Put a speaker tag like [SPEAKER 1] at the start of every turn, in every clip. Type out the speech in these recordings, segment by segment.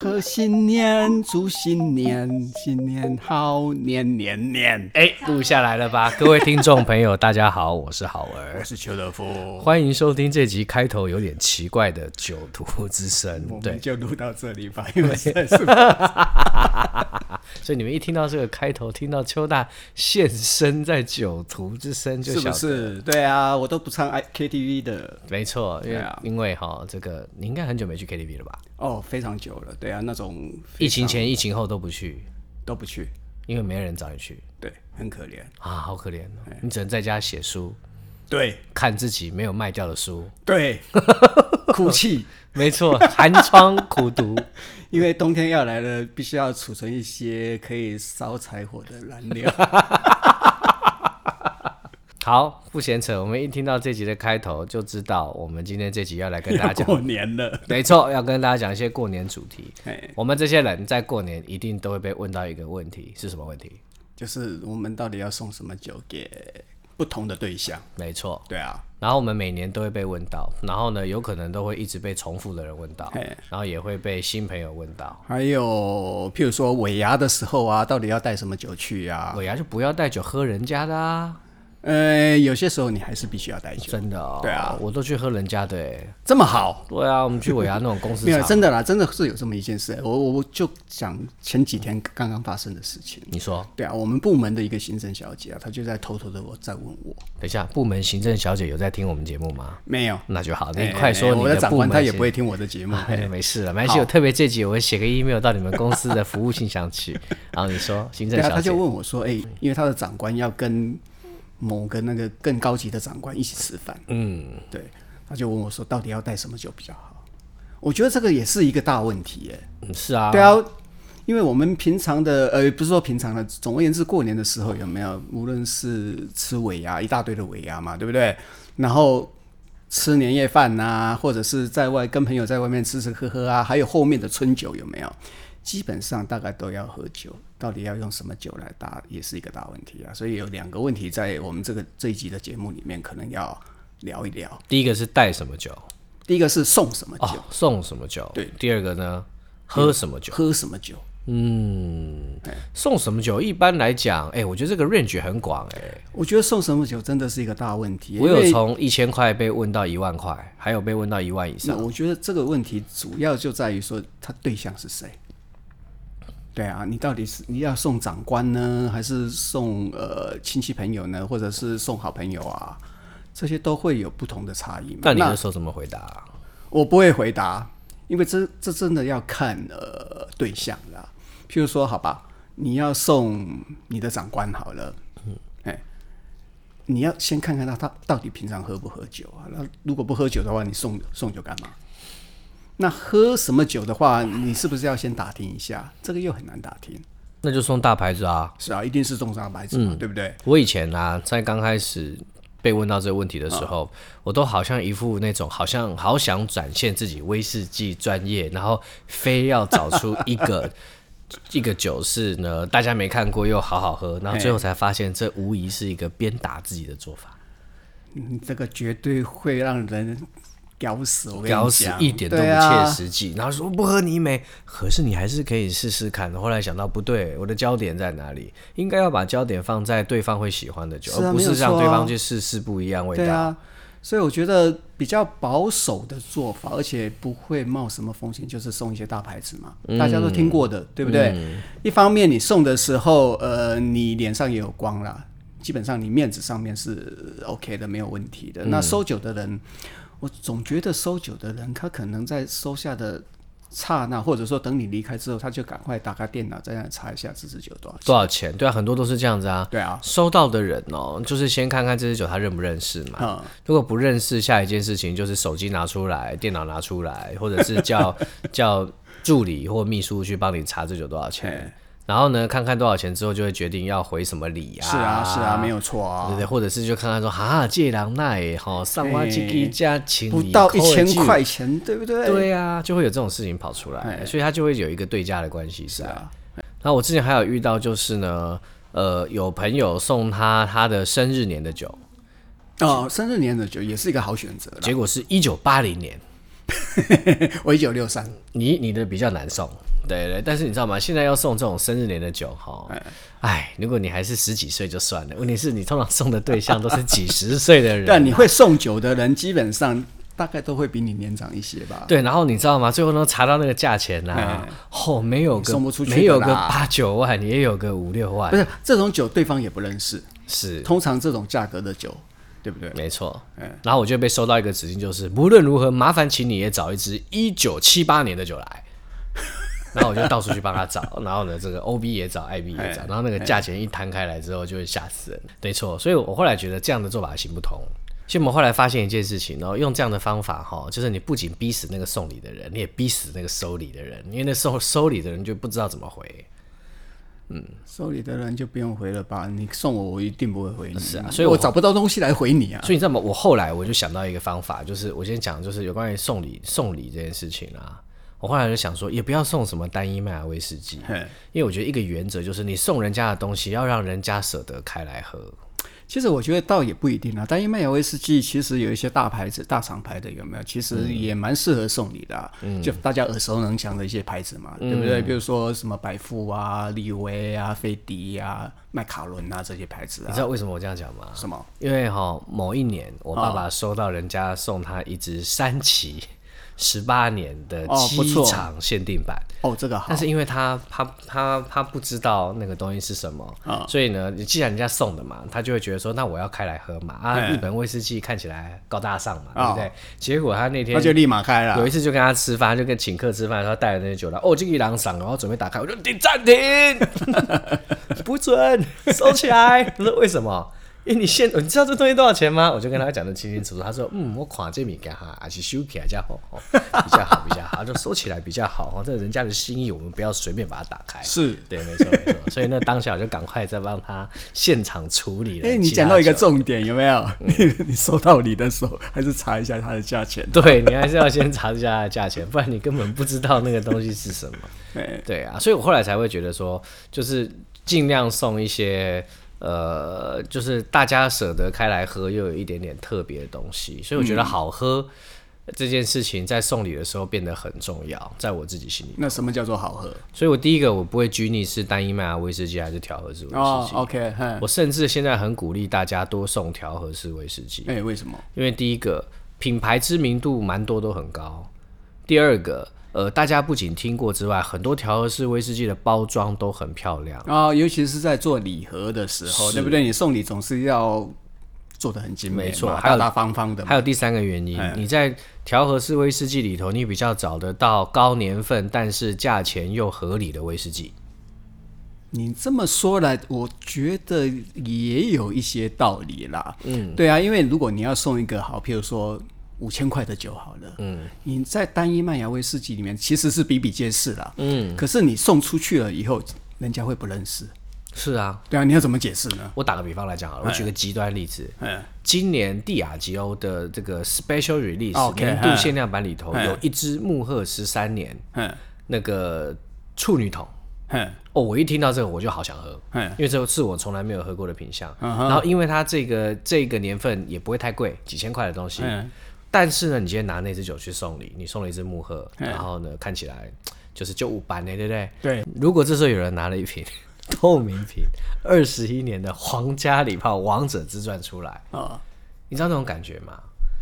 [SPEAKER 1] 贺新年，祝新年，新年好，年年年。
[SPEAKER 2] 哎，录下来了 吧，各位听众朋友，大家好，我是好儿
[SPEAKER 1] 我，是邱德夫，
[SPEAKER 2] 欢迎收听这集开头有点奇怪的《酒徒之声
[SPEAKER 1] 我》。们
[SPEAKER 2] 对，
[SPEAKER 1] 就录到这里吧，因为实在是不
[SPEAKER 2] 所以你们一听到这个开头，听到邱大现身在《酒徒之声》，就是晓
[SPEAKER 1] 不
[SPEAKER 2] 得
[SPEAKER 1] 是？对啊，我都不唱 I KTV 的
[SPEAKER 2] 没错，因为、
[SPEAKER 1] 对啊
[SPEAKER 2] 因为哈，这个你应该很久没去 KTV 了吧？
[SPEAKER 1] 哦，非常久了。对啊，那种非
[SPEAKER 2] 疫情前、疫情后都不去，
[SPEAKER 1] 都不去，
[SPEAKER 2] 因为没人找你去
[SPEAKER 1] 对，很可怜。
[SPEAKER 2] 啊，好可怜哦！你只能在家写书，
[SPEAKER 1] 对
[SPEAKER 2] 看自己没有卖掉 的书。
[SPEAKER 1] 对，哭泣，
[SPEAKER 2] 没错，寒窗苦读。
[SPEAKER 1] 因为冬天要来了，必须要储存一些可以烧柴火的燃料。
[SPEAKER 2] 好，不闲扯，我们一听到这集的开头就知道，我们今天这集要来跟 大 家讲，
[SPEAKER 1] 过年了，
[SPEAKER 2] 没错，要跟大家讲一些过年主题。
[SPEAKER 1] 哎，
[SPEAKER 2] 我们这些人在过年一定都会被问到一个问题，是什么问题？
[SPEAKER 1] 就是我们到底要送什么酒给不同的对象？
[SPEAKER 2] 没错，
[SPEAKER 1] 对啊，
[SPEAKER 2] 然后我们每年都会被问到，然后呢，有可能都会一直被重复的人问到
[SPEAKER 1] 嘿，
[SPEAKER 2] 然后也会被新朋友问到。
[SPEAKER 1] 还有譬如说尾牙的时候啊，到底要带什么酒去呀、啊？
[SPEAKER 2] 尾牙就不要带酒喝人家的啊，
[SPEAKER 1] 呃，有些时候你还是必须要带酒，
[SPEAKER 2] 真的哦。
[SPEAKER 1] 对啊，
[SPEAKER 2] 我都去喝人家的、欸。
[SPEAKER 1] 这么好。
[SPEAKER 2] 对啊，我们去尾牙那种公 司
[SPEAKER 1] 没有，
[SPEAKER 2] 场，
[SPEAKER 1] 真的啦，真的是有这么一件事。我我我就讲前几天刚刚发生的事情。
[SPEAKER 2] 你说，
[SPEAKER 1] 对啊，我们部门的一个行政小姐啊，她就在偷偷的我在问我，
[SPEAKER 2] 等一下，部门行政小姐有在听我们节目吗？
[SPEAKER 1] 没有，
[SPEAKER 2] 那就好，
[SPEAKER 1] 哎
[SPEAKER 2] 嗯你快说
[SPEAKER 1] 哎
[SPEAKER 2] 你
[SPEAKER 1] 我的长
[SPEAKER 2] 部
[SPEAKER 1] 官
[SPEAKER 2] 门
[SPEAKER 1] 他也
[SPEAKER 2] 先
[SPEAKER 1] 不会听我的节 目。
[SPEAKER 2] 哎，没事了，没关系。我特别这集，我会写个 email 到你们公司的服务信箱去。然后你说，行
[SPEAKER 1] 对
[SPEAKER 2] 政
[SPEAKER 1] 啊，
[SPEAKER 2] 小
[SPEAKER 1] 他
[SPEAKER 2] 姐嗯
[SPEAKER 1] 就，问我说：“哎、因为他的长官要跟某个那个更高级的长官一起吃饭，
[SPEAKER 2] 嗯，
[SPEAKER 1] 对，他就问我说，到底要带什么酒比较好？我觉得这个也是一个大问题耶。
[SPEAKER 2] 嗯是啊，
[SPEAKER 1] 对啊，因为我们平常的呃，不是说平常的，总而言之，过年的时候有没有，无论是吃尾牙一大堆的尾牙嘛，对不对？然后吃年夜饭呐、或者是在外跟朋友在外面吃吃喝喝啊，还有后面的春酒有没有？基本上大概都要喝酒，到底要用什么酒来搭，也是一个大问题啊。所以有两个问题在我们这个这一集的节目里面可能要聊一聊。
[SPEAKER 2] 第一个是带什么酒
[SPEAKER 1] 第一个是送什么酒，
[SPEAKER 2] 哦，送什么酒？
[SPEAKER 1] 对。嗯
[SPEAKER 2] 第二个呢，喝什么酒？
[SPEAKER 1] 喝什么酒。
[SPEAKER 2] 送什么酒？一般来讲，哎，我觉得这个 range 很广，哎，
[SPEAKER 1] 我觉得送什么酒真的是一个大问题。
[SPEAKER 2] 我
[SPEAKER 1] 因
[SPEAKER 2] 有
[SPEAKER 1] 为
[SPEAKER 2] 从一千块被问到一万块，还有被问到一万以
[SPEAKER 1] 那
[SPEAKER 2] 上。
[SPEAKER 1] 我觉得这个问题主要就在于说，他对象是谁？对啊，你到底是你要送长官呢，还是送呃亲戚朋友呢，或者是送好朋友啊？这些都会有不同的差异嘛。
[SPEAKER 2] 那你那时候怎么回答啊？
[SPEAKER 1] 我不会回答，因为这这真的要看呃对象啦。譬如说，好吧，你要送你的长官好了，
[SPEAKER 2] 嗯
[SPEAKER 1] 哎、你要先看看他他到底平常喝不喝酒啊？那如果不喝酒的话，你送送酒干嘛？那喝什么酒的话，你是不是要先打听一下？这个又很难打听，
[SPEAKER 2] 那就送大牌子啊。
[SPEAKER 1] 是啊，一定是中上白子嘛，
[SPEAKER 2] 嗯
[SPEAKER 1] 对不对？
[SPEAKER 2] 我以前啊，在刚开始被问到这个问题的时候，我都好像一副那种好像好想展现自己威士忌专业，然后非要找出一个 一个酒是呢大家没看过又好好喝，然后最后才发现这无疑是一个鞭打自己的做法，
[SPEAKER 1] 嗯，这个绝对会让人屌死，我跟你讲，
[SPEAKER 2] 屌死一点都不
[SPEAKER 1] 对啊
[SPEAKER 2] 切实际。然后说不喝你美，可是你还是可以试试看。后来想到不对，我的焦点在哪里？应该要把焦点放在对方会喜欢的酒，
[SPEAKER 1] 是啊
[SPEAKER 2] 而不
[SPEAKER 1] 没有
[SPEAKER 2] 是让
[SPEAKER 1] 错啊
[SPEAKER 2] 对方去试试不一样味道。
[SPEAKER 1] 对啊，所以我觉得比较保守的做法，而且不会冒什么风险，就是送一些大牌子嘛，大家都听过的，对不对？一方面你送的时候，呃，你脸上也有光啦，基本上你面子上面是呃 OK 的，没有问题的。那收酒的人，我总觉得收酒的人，他可能在收下的。刹那，或者说等你离开之后，他就赶快打开电脑，在那查一下这支酒多少钱。
[SPEAKER 2] 多少钱？对啊，很多都是这样子啊。
[SPEAKER 1] 对啊，
[SPEAKER 2] 收到的人哦，就是先看看这支酒他认不认识嘛。
[SPEAKER 1] 嗯，
[SPEAKER 2] 如果不认识，下一件事情就是手机拿出来，电脑拿出来，或者是 叫叫助理或秘书去帮你查这酒多少钱。然后呢，看看多少钱之后，就会决定要回什么礼啊。
[SPEAKER 1] 是啊，是啊，没有错啊。
[SPEAKER 2] 对不对？或者是就看看说，哈，借狼奈哈，上挖机给加请
[SPEAKER 1] 不
[SPEAKER 2] 你
[SPEAKER 1] 到
[SPEAKER 2] 扣
[SPEAKER 1] 一千
[SPEAKER 2] 酒
[SPEAKER 1] 块钱，对不对？
[SPEAKER 2] 对啊，就会有这种事情跑出来，所以他就会有一个对价的关系在。
[SPEAKER 1] 啊
[SPEAKER 2] 然后我之前还有遇到，就是呢，呃，有朋友送他他的生日年的酒，
[SPEAKER 1] 哦，生日年的酒也是一个好选择啦。
[SPEAKER 2] 结果是一九八零年，
[SPEAKER 1] 我一九六三，
[SPEAKER 2] 你你的比较难送，对对，但是你知道吗？现在要送这种生日年的酒哈，哎，如果你还是十几岁就算了，问题是你通常送的对象都是几十 岁的人，
[SPEAKER 1] 对啊，你会送酒的人基本上大概都会比你年长一些吧？
[SPEAKER 2] 对，然后你知道吗？最后都查到那个价钱啦、啊，哦，没有个
[SPEAKER 1] 哎送不出去的啦
[SPEAKER 2] 没有个八九万，也有个五六万
[SPEAKER 1] 不，是这种酒对方也不认识，
[SPEAKER 2] 是
[SPEAKER 1] 通常这种价格的酒，对不对？
[SPEAKER 2] 没错。然后我就被收到一个指令，就是无论如何，麻烦请你也找一支一九七八年的酒来。然后我就到处去帮他找，然后呢，这个 O B 也找，I B 也找，然后那个价钱一摊开来之后，就会吓死人。没错，所以我后来觉得这样的做法行不通。其实我们后来发现一件事情，然后哦用这样的方法哈，就是你不仅逼死那个送礼的人，你也逼死那个收礼的人，因为那收收礼的人就不知道怎么回。
[SPEAKER 1] 收礼的人就不用回了吧？你送我，我一定不会回你。是
[SPEAKER 2] 啊所以
[SPEAKER 1] 我
[SPEAKER 2] 我
[SPEAKER 1] 找不到东西来回你啊。
[SPEAKER 2] 所以你知道吗？我后来我就想到一个方法，就是我先讲，就是有关于送礼送礼这件事情啊。我后来就想说，也不要送什么单一麦芽威士忌，因为我觉得一个原则就是，你送人家的东西要让人家舍得开来喝。
[SPEAKER 1] 其实我觉得倒也不一定啊，但因为麦芽威士忌其实有一些大牌子、大厂牌的有
[SPEAKER 2] 嗯
[SPEAKER 1] 没有？其实也蛮适合送礼的、啊，就大家耳熟能详的一些牌子嘛，
[SPEAKER 2] 嗯
[SPEAKER 1] 对不对？比如说什么百富啊、利威啊、飞迪啊、麦卡伦啊这些牌子
[SPEAKER 2] 你
[SPEAKER 1] 啊，
[SPEAKER 2] 知道为什么我这样讲吗？
[SPEAKER 1] 什么？
[SPEAKER 2] 因为哈、某一年我爸
[SPEAKER 1] 哦
[SPEAKER 2] 爸收到人家送他一支三旗十八年的
[SPEAKER 1] 哦不
[SPEAKER 2] 七
[SPEAKER 1] 错
[SPEAKER 2] 场限定版，
[SPEAKER 1] 哦，这个好
[SPEAKER 2] 但，是因为他他他他不知道那个东西是什么，
[SPEAKER 1] 啊
[SPEAKER 2] 所以呢，你既然人家送的嘛，他就会觉得说，那我要开来喝嘛。
[SPEAKER 1] 哎
[SPEAKER 2] 啊，日本威士忌看起来高大上嘛，对不对？结果他那天
[SPEAKER 1] 啊那就立马开了
[SPEAKER 2] 有。一次就跟他吃饭，就跟请客吃饭，他带了那些酒来，哦，这个一两赏，然后准备打开，我就点暂停， 不准收起来。他说为什么？因为你现，你知道这东西多少钱吗？我就跟他讲的清清楚楚。他说，嗯，我款这米给哈，还是收起来比较好，哦比较好，比较好，就收起来比较好。哦这人家的心意，我们不要随便把它打开。
[SPEAKER 1] 是
[SPEAKER 2] 对，没错没错。所以那当下我就赶快再帮他现场处理了。
[SPEAKER 1] 哎、你
[SPEAKER 2] 其他
[SPEAKER 1] 讲到一个
[SPEAKER 2] 酒
[SPEAKER 1] 重点，有没有？ 你
[SPEAKER 2] 嗯
[SPEAKER 1] 你收到礼的时候，还是查一下它的价钱。
[SPEAKER 2] 对你还是要先查一下它的价钱，不然你根本不知道那个东西是什么。
[SPEAKER 1] 对
[SPEAKER 2] 对啊，所以我后来才会觉得说，就是尽量送一些呃，就是大家舍得开来喝，又有一点点特别的东西。所以我觉得好喝、这件事情在送礼的时候变得很重要，在我自己心里。
[SPEAKER 1] 那什么叫做好喝？
[SPEAKER 2] 所以我第一个我不会拘泥是单一麦芽威士忌还是调和式威士忌，
[SPEAKER 1] 哦，OK，哼，
[SPEAKER 2] 我甚至现在很鼓励大家多送调和式威士忌。
[SPEAKER 1] 哎、为什么？
[SPEAKER 2] 因为第一个品牌知名度蛮多都很高，第二个呃大家不仅听过之外，很多调和式威士忌的包装都很漂亮。
[SPEAKER 1] 啊、尤其是在做礼盒的时候，对不对？你送礼总是要做的很精美嘛，
[SPEAKER 2] 没错还
[SPEAKER 1] 大
[SPEAKER 2] 有
[SPEAKER 1] 大方方的嘛。
[SPEAKER 2] 还有第三个原因，你在调和式威士忌里头，你比较找得到高年份但是价钱又合理的威士忌。
[SPEAKER 1] 你这么说来，我觉得也有一些道理啦。嗯，对啊，因为如果你要送一个好，譬如说五千块的酒好了，嗯，你在单一麦芽威士忌里面其实是比比皆是啦。嗯，可是你送出去了以后，人家会不认识。
[SPEAKER 2] 是啊，哎
[SPEAKER 1] 对啊，你要怎么解释呢？
[SPEAKER 2] 我打个比方来讲好了，我举个极端例子，
[SPEAKER 1] 嗯，
[SPEAKER 2] 今年蒂亚吉欧的这个 Special Release
[SPEAKER 1] OK，
[SPEAKER 2] 年度
[SPEAKER 1] 嗯
[SPEAKER 2] 限量版里头有一支木鹤十三年
[SPEAKER 1] 嗯
[SPEAKER 2] 那个处女桶，
[SPEAKER 1] 哼
[SPEAKER 2] 哦，我一听到这个我就好想喝，
[SPEAKER 1] 嗯
[SPEAKER 2] 因为这是我从来没有喝过的品相。然后因为它这个这个年份也不会太贵，几千块的东西。
[SPEAKER 1] 嗯
[SPEAKER 2] 但是呢，你今天拿那支酒去送礼，你送了一支木鹤，然后呢看起来就是就五班呢，对不对？
[SPEAKER 1] 对。
[SPEAKER 2] 如果这时候有人拿了一瓶 透明瓶，二十一年的皇家礼炮《王者之传》出来，
[SPEAKER 1] 啊，
[SPEAKER 2] 你知道那种感觉吗？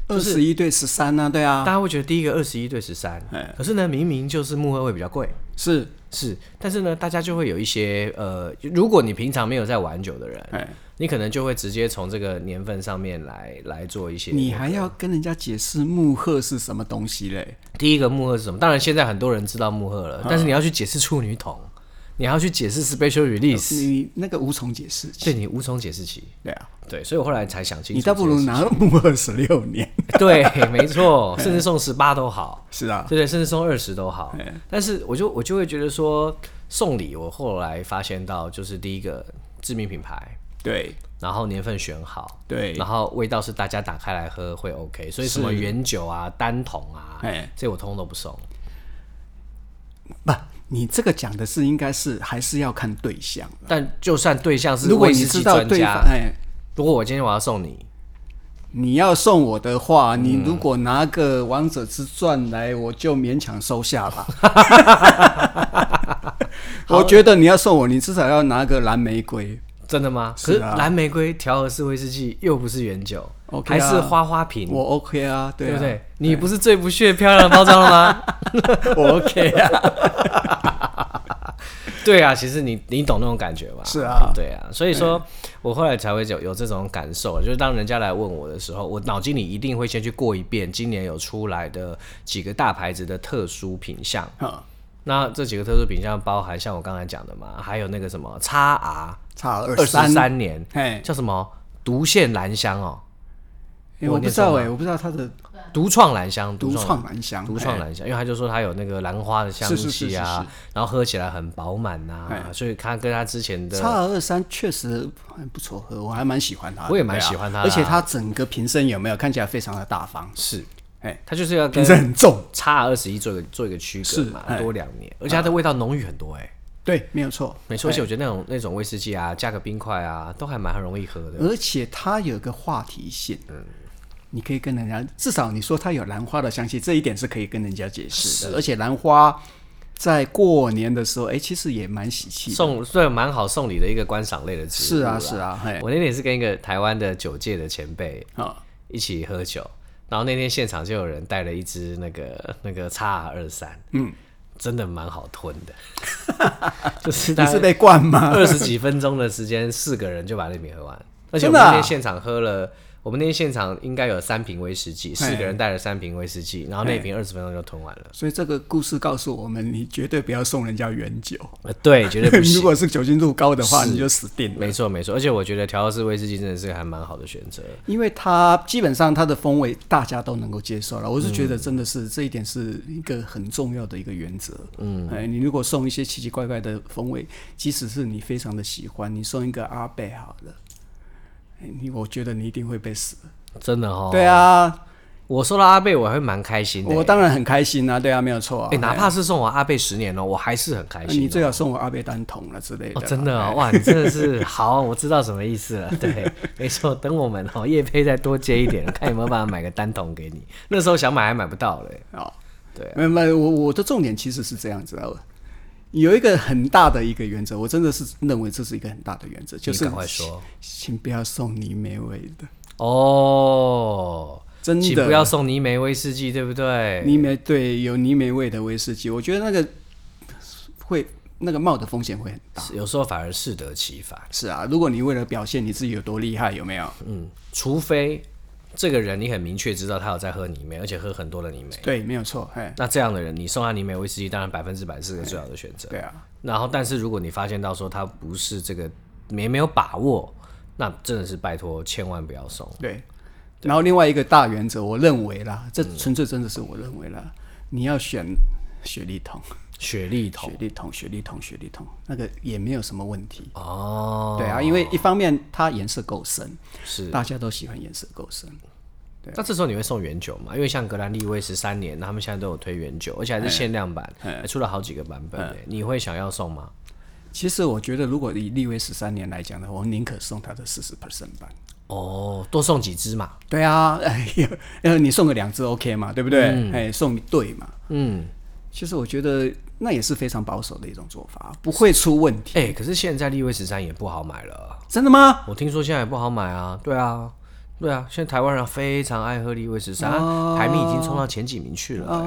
[SPEAKER 1] 二十一对十三呢？对啊，
[SPEAKER 2] 大家会觉得第一个二十一对十三，可是呢，明明就是木鹤会比较贵。
[SPEAKER 1] 是，
[SPEAKER 2] 是，但是呢，大家就会有一些呃，如果你平常没有在玩酒的人，
[SPEAKER 1] 哎，
[SPEAKER 2] 你可能就会直接从这个年份上面来来做一些。
[SPEAKER 1] 你还要跟人家解释木鹤是什么东西嘞？
[SPEAKER 2] 第一个木鹤是什么？当然现在很多人知道木鹤了，但是你要去解释处女桶，你还要去解释 special release，
[SPEAKER 1] 你那个无从解释。
[SPEAKER 2] 对你无从解释起。
[SPEAKER 1] 对啊，
[SPEAKER 2] 对，所以我后来才想清楚。
[SPEAKER 1] 你倒不如拿木二十六年。
[SPEAKER 2] 对，没错，甚至送十八都好。
[SPEAKER 1] 是啊，
[SPEAKER 2] 对对，甚至送二十都好。但是我就我就会觉得说，送礼我后来发现到，就是第一个知名品牌，
[SPEAKER 1] 对
[SPEAKER 2] 然后年份选好，
[SPEAKER 1] 对，
[SPEAKER 2] 然后味道是大家打开来喝会 OK，所以什么原酒啊、单桶啊
[SPEAKER 1] 哎，
[SPEAKER 2] 这我通通都不送。
[SPEAKER 1] 不，你这个讲的是应该是还是要看对象。
[SPEAKER 2] 但就算对象是
[SPEAKER 1] 如果
[SPEAKER 2] 威
[SPEAKER 1] 你
[SPEAKER 2] 士
[SPEAKER 1] 知
[SPEAKER 2] 忌
[SPEAKER 1] 道
[SPEAKER 2] 专
[SPEAKER 1] 对方，
[SPEAKER 2] 家，
[SPEAKER 1] 哎，
[SPEAKER 2] 如果我今天我要送你，
[SPEAKER 1] 你要送我的话，你如果拿个《王者之传》来，我就勉强收下 吧。我觉得你要送我，你至少要拿个蓝玫瑰。
[SPEAKER 2] 真的吗？可
[SPEAKER 1] 是
[SPEAKER 2] 是
[SPEAKER 1] 啊
[SPEAKER 2] 蓝玫瑰调和式威士忌又不是原酒
[SPEAKER 1] OK
[SPEAKER 2] 还
[SPEAKER 1] 啊
[SPEAKER 2] 是花花瓶，
[SPEAKER 1] 我 OK 啊，对
[SPEAKER 2] 对
[SPEAKER 1] 啊
[SPEAKER 2] 不对？ 你不是最不屑漂亮的包装了吗？
[SPEAKER 1] 我 OK 啊，
[SPEAKER 2] 对啊，其实你你懂那种感觉吧？
[SPEAKER 1] 是啊
[SPEAKER 2] 对啊，所以说我后来才会有有这种感受，就是当人家来问我的时候，我脑筋里一定会先去过一遍今年有出来的几个大牌子的特殊品项。
[SPEAKER 1] 哈
[SPEAKER 2] 那这几个特殊品项包含像我刚才讲的嘛，还有那个什么叉 R
[SPEAKER 1] 差二
[SPEAKER 2] 二十
[SPEAKER 1] 三，
[SPEAKER 2] 三年
[SPEAKER 1] 嘿，
[SPEAKER 2] 叫什么独线兰香哦，
[SPEAKER 1] 哎我不知道哎，我不知道它的
[SPEAKER 2] 独创兰香，
[SPEAKER 1] 独
[SPEAKER 2] 独创
[SPEAKER 1] 创兰香，
[SPEAKER 2] 独创兰香，因为他就说它有那个兰花的香
[SPEAKER 1] 是是是哎
[SPEAKER 2] 气啊，然后喝起来很饱满呐、所以它跟它之前的
[SPEAKER 1] 叉二三确实还不错喝，我还蛮喜欢它的，
[SPEAKER 2] 我也蛮
[SPEAKER 1] 对啊
[SPEAKER 2] 喜欢它的啊
[SPEAKER 1] 而且它整个瓶身有没有看起来非常的大方，
[SPEAKER 2] 是，
[SPEAKER 1] 哎，
[SPEAKER 2] 它就是要
[SPEAKER 1] 瓶
[SPEAKER 2] 跟
[SPEAKER 1] 身很重，
[SPEAKER 2] 差二十一做一个做一个区隔
[SPEAKER 1] 是
[SPEAKER 2] 嘛，
[SPEAKER 1] 哎
[SPEAKER 2] 多两年，而且它的味道浓郁很多哎、
[SPEAKER 1] 对，没有错，
[SPEAKER 2] 没错，而且我觉得那种那种威士忌啊，加个冰块啊，都还蛮容易喝的。
[SPEAKER 1] 而且它有个话题性，
[SPEAKER 2] 嗯
[SPEAKER 1] 你可以跟人家，至少你说它有兰花的香气，这一点是可以跟人家解释的。而且兰花在过年的时候，哎、其实也蛮喜气的。
[SPEAKER 2] 送对蛮好送礼的一个观赏类的植物
[SPEAKER 1] 嗯是啊，是啊，嘿，
[SPEAKER 2] 我那天也是跟一个台湾的酒界的前辈
[SPEAKER 1] 啊，
[SPEAKER 2] 一起喝酒，然后那天现场就有人带了一支那个那个叉二三，嗯，真的蛮好吞 的，就是
[SPEAKER 1] 你
[SPEAKER 2] 它
[SPEAKER 1] 是被灌 吗？
[SPEAKER 2] 二十几分钟的时间，四个人就把那瓶喝完，而且
[SPEAKER 1] 真
[SPEAKER 2] 我们
[SPEAKER 1] 的啊
[SPEAKER 2] 那天现场喝了。我们那天现场应该有三瓶威士忌，四个人带了三瓶威士忌，然后那瓶二十分钟就吞完了。
[SPEAKER 1] 所以这个故事告诉我们，你绝对不要送人家原酒，
[SPEAKER 2] 呃， 对，绝对不
[SPEAKER 1] 如
[SPEAKER 2] 行，
[SPEAKER 1] 果是酒精度高的话，你就死定了。
[SPEAKER 2] 没错没错。而且我觉得调和式威士忌真的是个还蛮好的选择。
[SPEAKER 1] 因为它基本上它的风味大家都能够接受了，我是
[SPEAKER 2] 嗯
[SPEAKER 1] 觉得真的是、这一点是一个很重要的一个原则。嗯，哎，你如果送一些奇奇怪怪的风味，即使是你非常的喜欢，你送一个阿贝好了，哎你我觉得你一定会被死。
[SPEAKER 2] 真的哦。
[SPEAKER 1] 对，啊，
[SPEAKER 2] 我收到阿贝，我还会蛮开心的。
[SPEAKER 1] 我当然很开心啊，对啊，没有错啊。
[SPEAKER 2] 哎、哪怕是送我阿贝十年哦，我还是很开
[SPEAKER 1] 哎
[SPEAKER 2] 心
[SPEAKER 1] 你。最好哎送我阿贝单桶了之类的
[SPEAKER 2] 哦，
[SPEAKER 1] 啦、
[SPEAKER 2] 真的、哦、哇，你真的是好，我知道什么意思了。 对，没错，等我们哦，叶配再多接一点，看有没有办法买个单桶给你。那时候想买还买不到嘞。
[SPEAKER 1] 哦，
[SPEAKER 2] 对啊
[SPEAKER 1] 没有没有，我我的重点其实是这样子啊，有一个很大的一个原则，我真的是认为这是一个很大的原则，就是
[SPEAKER 2] 你赶快说
[SPEAKER 1] 请不要送泥煤味的，
[SPEAKER 2] 哦，
[SPEAKER 1] 真
[SPEAKER 2] 请
[SPEAKER 1] 的
[SPEAKER 2] 不要送泥煤威士忌，对不对？
[SPEAKER 1] 泥煤对有泥煤味的威士忌，我觉得那个会那个冒的风险会很大。
[SPEAKER 2] 是有时候反而适得其反。
[SPEAKER 1] 是啊，如果你为了表现你自己有多厉害，有没有？
[SPEAKER 2] 嗯，除非这个人你很明确知道他有在喝泥煤，而且喝很多的泥煤。
[SPEAKER 1] 对，没有错，哎，
[SPEAKER 2] 那这样的人，你送他泥煤威士忌，当然百分之百是个最好的选择。
[SPEAKER 1] 对啊，
[SPEAKER 2] 然后，但是如果你发现到说他不是这个没没有把握，那真的是拜托千万不要送。
[SPEAKER 1] 对。然后另外一个大原则，我认为啦，这
[SPEAKER 2] 嗯
[SPEAKER 1] 纯粹真的是我认为啦，你要选雪莉桶。
[SPEAKER 2] 雪莉桶
[SPEAKER 1] 雪莉桶、雪莉桶、雪莉桶，那个也没有什么问题。
[SPEAKER 2] 哦，
[SPEAKER 1] 对啊，因为一方面它颜色够深，
[SPEAKER 2] 是。
[SPEAKER 1] 大家都喜欢颜色够深。
[SPEAKER 2] 那这时候你会送原酒吗？因为像格兰利威十三年，他们现在都有推原酒，而且还是限量版，还出了好几个版本耶。你会想要送吗？
[SPEAKER 1] 其实我觉得，如果以立威十三年来讲的话，我宁可送它的四十 percent 版。
[SPEAKER 2] 哦，多送几 支嘛。
[SPEAKER 1] 对啊，哎呀，呃，你送个两只 OK 嘛，对不对？哎，送一对嘛。
[SPEAKER 2] 嗯，
[SPEAKER 1] 其实我觉得那也是非常保守的一种做法，不会出问题。
[SPEAKER 2] 哎、可是现在利威十三也不好买了。
[SPEAKER 1] 真的吗？
[SPEAKER 2] 我听说现在也不好买啊。对啊，对啊，现在台湾人非常爱喝利威十三、
[SPEAKER 1] 啊
[SPEAKER 2] 啊排名已经冲到前几名去了、哎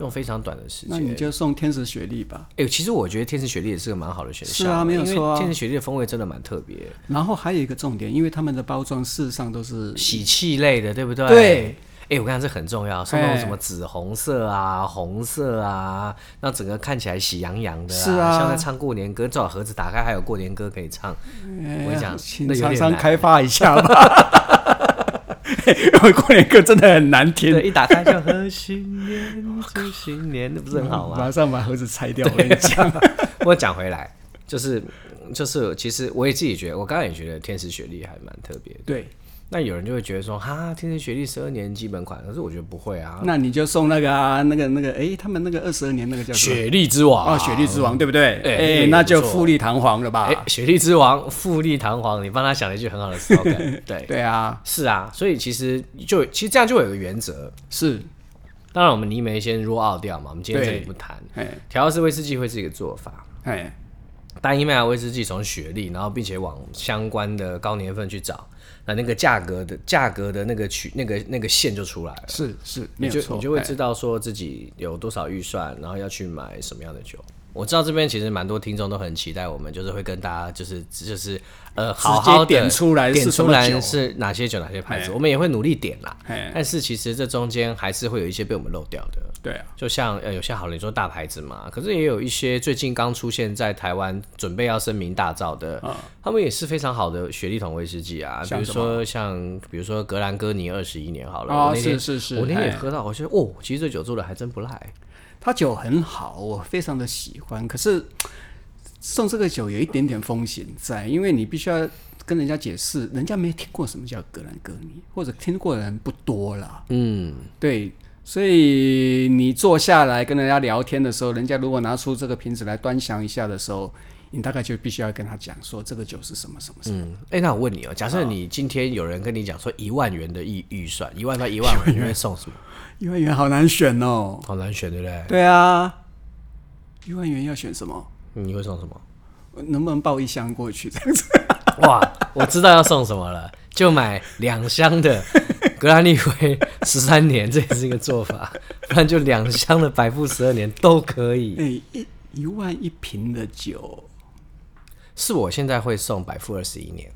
[SPEAKER 2] 用非常短的时
[SPEAKER 1] 那
[SPEAKER 2] 间。
[SPEAKER 1] 你就送天使雪莉吧。
[SPEAKER 2] 哎、其实我觉得天使雪莉也是个蛮好的选项，
[SPEAKER 1] 是啊没有
[SPEAKER 2] 因为
[SPEAKER 1] 错啊
[SPEAKER 2] 天使雪莉的风味真的蛮特别，
[SPEAKER 1] 然后还有一个重点，因为他们的包装事实上都是
[SPEAKER 2] 喜气类的，对不对？
[SPEAKER 1] 对。
[SPEAKER 2] 哎、我跟你讲，这很重要，送那种
[SPEAKER 1] 哎
[SPEAKER 2] 什么紫红色啊、红色啊，那整个看起来喜洋洋的、
[SPEAKER 1] 是啊
[SPEAKER 2] 像在唱过年歌，最好盒子打开还有过年歌可以唱。
[SPEAKER 1] 嗯
[SPEAKER 2] 我跟你讲，
[SPEAKER 1] 请
[SPEAKER 2] 那有
[SPEAKER 1] 厂
[SPEAKER 2] 点
[SPEAKER 1] 商
[SPEAKER 2] 难。
[SPEAKER 1] 开发一下吧。 过年歌真的很难听，
[SPEAKER 2] 对，一打开就和新年祝新年，那不是很好吗？
[SPEAKER 1] 马上把盒子拆掉。我跟你讲，
[SPEAKER 2] 不过讲回来，就是就是，其实我也自己觉得，我刚才也觉得天使雪莉还蛮特别的。
[SPEAKER 1] 对，
[SPEAKER 2] 那有人就会觉得说，哈，天生学历十二年基本款，可是我觉得不会啊。
[SPEAKER 1] 那你就送那个啊，那个那个，哎，他们那个二十二年那个叫什么？
[SPEAKER 2] 雪莉之王
[SPEAKER 1] 啊，雪莉之王，对不对？
[SPEAKER 2] 哎那个也
[SPEAKER 1] 那
[SPEAKER 2] 不
[SPEAKER 1] 就
[SPEAKER 2] 错
[SPEAKER 1] 富丽堂皇了吧
[SPEAKER 2] 哎、？雪莉之王，富丽堂皇，你帮他想了一句很好 的 slogan，对，
[SPEAKER 1] 对啊，
[SPEAKER 2] 是啊，所以其实就其实这样就会有个原则。
[SPEAKER 1] 是，
[SPEAKER 2] 当然，我们泥煤先 rule out 掉嘛，我们今天这里
[SPEAKER 1] 对
[SPEAKER 2] 不谈。
[SPEAKER 1] 哎
[SPEAKER 2] 调式威士忌会是一个做法，
[SPEAKER 1] 哎，
[SPEAKER 2] 单一麦芽啊威士忌从雪莉，然后并且往相关的高年份去找，那那个价格的价格的那个曲那个那个线就出来了。
[SPEAKER 1] 是是，没
[SPEAKER 2] 你
[SPEAKER 1] 有
[SPEAKER 2] 就
[SPEAKER 1] 错，
[SPEAKER 2] 你就会
[SPEAKER 1] 哎
[SPEAKER 2] 知道说自己有多少预算，然后要去买什么样的酒。我知道这边其实蛮多听众都很期待我们，就是会跟大家就是就是呃好好地
[SPEAKER 1] 点出来是
[SPEAKER 2] 点
[SPEAKER 1] 什
[SPEAKER 2] 出
[SPEAKER 1] 么
[SPEAKER 2] 来
[SPEAKER 1] 酒哎
[SPEAKER 2] 是哪些酒哪些牌子，
[SPEAKER 1] 嘿
[SPEAKER 2] 我们也会努力点啦
[SPEAKER 1] 嘿。
[SPEAKER 2] 但是其实这中间还是会有一些被我们漏掉的。
[SPEAKER 1] 对啊，
[SPEAKER 2] 就像呃有些好，你说大牌子嘛，可是也有一些最近刚出现在台湾，准备要声名大噪的，他们也是非常好的雪莉桶威士忌啊，
[SPEAKER 1] 嗯
[SPEAKER 2] 比
[SPEAKER 1] 像
[SPEAKER 2] 如
[SPEAKER 1] 什
[SPEAKER 2] 说像比如说格兰哥尼二十一年好了，
[SPEAKER 1] 哦
[SPEAKER 2] 我那天
[SPEAKER 1] 是是是
[SPEAKER 2] 我那天也
[SPEAKER 1] 哎
[SPEAKER 2] 喝到，我觉得哦，其实这酒做的还真不赖，
[SPEAKER 1] 他酒很好，我非常的喜欢。可是送这个酒有一点点风险在，因为你必须要跟人家解释，人家没听过什么叫格兰哥尼，或者听过的人不多啦。
[SPEAKER 2] 嗯，
[SPEAKER 1] 对，所以你坐下来跟人家聊天的时候，人家如果拿出这个瓶子来端详一下的时候，你大概就必须要跟他讲说这个酒是什么什么什么。
[SPEAKER 2] 嗯，哎、那我问你哦，假设你今天有人跟你讲说一万元的预预 算，一万到一万元，你会送什么？
[SPEAKER 1] 一万元好难选哦。
[SPEAKER 2] 好难选，对不对？
[SPEAKER 1] 对啊，一万元要选什么？
[SPEAKER 2] 你会送什么？
[SPEAKER 1] 能不能抱一箱过去这样子？
[SPEAKER 2] 哇，我知道要送什么了，就买两箱的格兰利 威十三年，这也是一个做法，不然就两箱的百富十二年都可以。
[SPEAKER 1] 哎、一一万一瓶的酒，
[SPEAKER 2] 是我现在会送百富二十一年，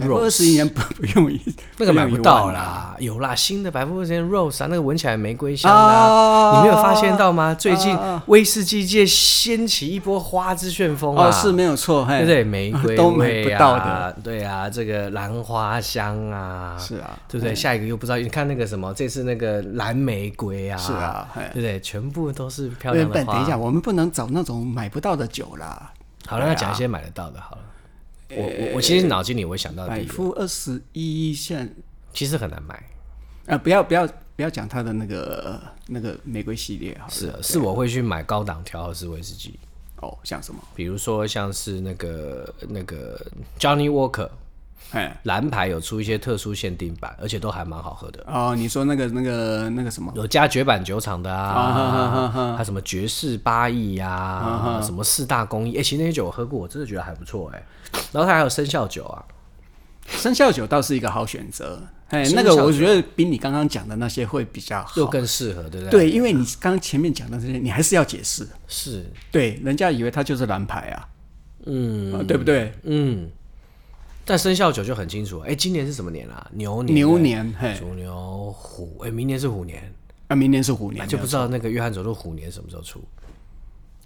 [SPEAKER 1] 二十一年不 不用一
[SPEAKER 2] 哎那个买不到
[SPEAKER 1] 用一万啊
[SPEAKER 2] 啦，有啦，新的百富二十年 rose 啊，那个闻起来玫瑰香的啊、
[SPEAKER 1] 啊
[SPEAKER 2] 你没有发现到吗？最近威士忌界掀起一波花之旋风啊，
[SPEAKER 1] 哦，是没有错，嘿啊
[SPEAKER 2] 对不对？玫瑰、味
[SPEAKER 1] 都买不到的，
[SPEAKER 2] 啊，对啊，这个兰花香啊，
[SPEAKER 1] 是啊
[SPEAKER 2] 对不对？下一个又不知道，你看那个什么，这次那个蓝玫瑰啊，
[SPEAKER 1] 是啊嘿
[SPEAKER 2] 对不对？全部都是漂
[SPEAKER 1] 对
[SPEAKER 2] 亮的
[SPEAKER 1] 本哎等一
[SPEAKER 2] 花。
[SPEAKER 1] 下，我哎们不能找那种买不到的酒啦。
[SPEAKER 2] 好了，那讲一些买得到的，好
[SPEAKER 1] 哎
[SPEAKER 2] 了。我我我其实脑筋里我会想到的
[SPEAKER 1] 百
[SPEAKER 2] 第一个，
[SPEAKER 1] 夫二十一现
[SPEAKER 2] 其实很难买，
[SPEAKER 1] 啊，不要不要不要讲它的那个那个玫瑰系列好了。
[SPEAKER 2] 是啊是我会去买高档调和式威士忌，
[SPEAKER 1] 哦，像什么？
[SPEAKER 2] 比如说像是那个那个 Johnny Walker
[SPEAKER 1] 哎
[SPEAKER 2] 蓝牌有出一些特殊限定版，而且都还蛮好喝的。
[SPEAKER 1] 哦，你说那个那个那个什么？
[SPEAKER 2] 有加绝版酒厂的
[SPEAKER 1] 啊哈哈啊
[SPEAKER 2] 啊，还有什么爵士八亿呀，什么四大工艺，哎、其实那些酒我喝过，我真的觉得还不错哎、然后它还有生肖酒啊，
[SPEAKER 1] 生肖酒倒是一个好选择。哎，
[SPEAKER 2] 生
[SPEAKER 1] 那个
[SPEAKER 2] 肖
[SPEAKER 1] 我觉得比你刚刚讲的那些会比较好。
[SPEAKER 2] 又更适合，对不对？，
[SPEAKER 1] 对，因为你刚刚前面讲的这些，你还是要解释。
[SPEAKER 2] 是，
[SPEAKER 1] 对，人家以为它就是蓝牌啊，
[SPEAKER 2] 嗯
[SPEAKER 1] 啊对不对？
[SPEAKER 2] 嗯。但生肖酒就很清楚，哎、今年是什么年啊？牛年，
[SPEAKER 1] 牛年，嘿，
[SPEAKER 2] 鼠牛虎，哎、明年是虎年，
[SPEAKER 1] 啊，明年是虎年，
[SPEAKER 2] 就不知道那个约翰走路虎年什么时候出。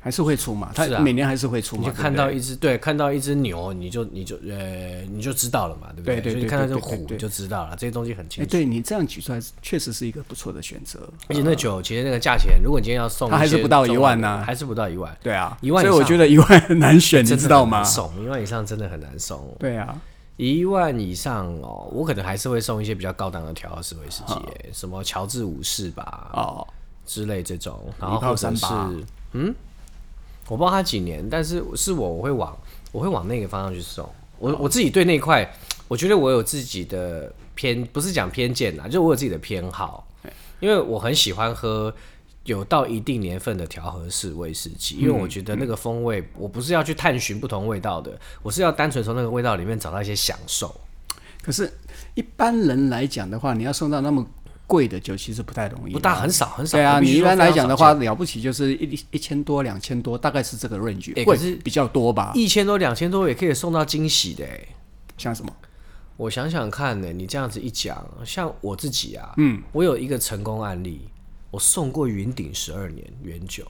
[SPEAKER 1] 还是会出嘛？它
[SPEAKER 2] 是啊
[SPEAKER 1] 每年还是会出
[SPEAKER 2] 你
[SPEAKER 1] 嘛？
[SPEAKER 2] 就
[SPEAKER 1] 对不
[SPEAKER 2] 看到一只对，看到一只牛，你就你就呃你就知道了嘛，对不
[SPEAKER 1] 对对
[SPEAKER 2] 所以
[SPEAKER 1] 对
[SPEAKER 2] 你看到这
[SPEAKER 1] 对
[SPEAKER 2] 个
[SPEAKER 1] 对
[SPEAKER 2] 虎
[SPEAKER 1] 对
[SPEAKER 2] 你就知道了，这些东西很清楚
[SPEAKER 1] 对哎，。对你这样举出来，确实是一个不错的选择。
[SPEAKER 2] 而且那酒其实那个价钱，如果你今天要送一
[SPEAKER 1] 它
[SPEAKER 2] 些重的，
[SPEAKER 1] 还是不到一万呐
[SPEAKER 2] 还是不到一万，
[SPEAKER 1] 对啊，
[SPEAKER 2] 一万以
[SPEAKER 1] 所以我
[SPEAKER 2] 上
[SPEAKER 1] 觉得一万很难选，你
[SPEAKER 2] 真的
[SPEAKER 1] 知道
[SPEAKER 2] 很难
[SPEAKER 1] 吗？
[SPEAKER 2] 送一万以上真的很难送，
[SPEAKER 1] 对啊，
[SPEAKER 2] 一万以上哦，我可能还是会送一些比较高档的调和式威士忌耶，什么乔治五世吧
[SPEAKER 1] 哦，
[SPEAKER 2] 之类这种，然后
[SPEAKER 1] 一炮
[SPEAKER 2] 或者
[SPEAKER 1] 三
[SPEAKER 2] 是
[SPEAKER 1] 八
[SPEAKER 2] 嗯，我不知道他几年，但是是我我会往我会往那个方向去送，
[SPEAKER 1] 哦
[SPEAKER 2] 我我自己对那块，我觉得我有自己的偏，不是讲偏见啦，就是我有自己的偏好。因为我很喜欢喝有到一定年份的调和式威士忌，因为
[SPEAKER 1] 嗯
[SPEAKER 2] 我觉得那个风味，我不是要去探寻不同味道的，我是要单纯从那个味道里面找到一些享受。
[SPEAKER 1] 可是一般人来讲的话，你要送到那么贵的酒，其实不太容易。
[SPEAKER 2] 不大，很少很少。
[SPEAKER 1] 对啊，
[SPEAKER 2] 我必
[SPEAKER 1] 你
[SPEAKER 2] 须
[SPEAKER 1] 一
[SPEAKER 2] 说
[SPEAKER 1] 般
[SPEAKER 2] 非
[SPEAKER 1] 来
[SPEAKER 2] 常
[SPEAKER 1] 讲的
[SPEAKER 2] 少
[SPEAKER 1] 话，了不起就是一一千多、两千多，大概是这个 range，、
[SPEAKER 2] 哎可
[SPEAKER 1] 会
[SPEAKER 2] 是
[SPEAKER 1] 比较多吧
[SPEAKER 2] 见，？一千多两千多也可以送到惊喜的欸。
[SPEAKER 1] 像什么？
[SPEAKER 2] 我想想看呢、你这样子一讲，像我自己啊，嗯，我有一个成功案例，我送过云顶十二年原酒，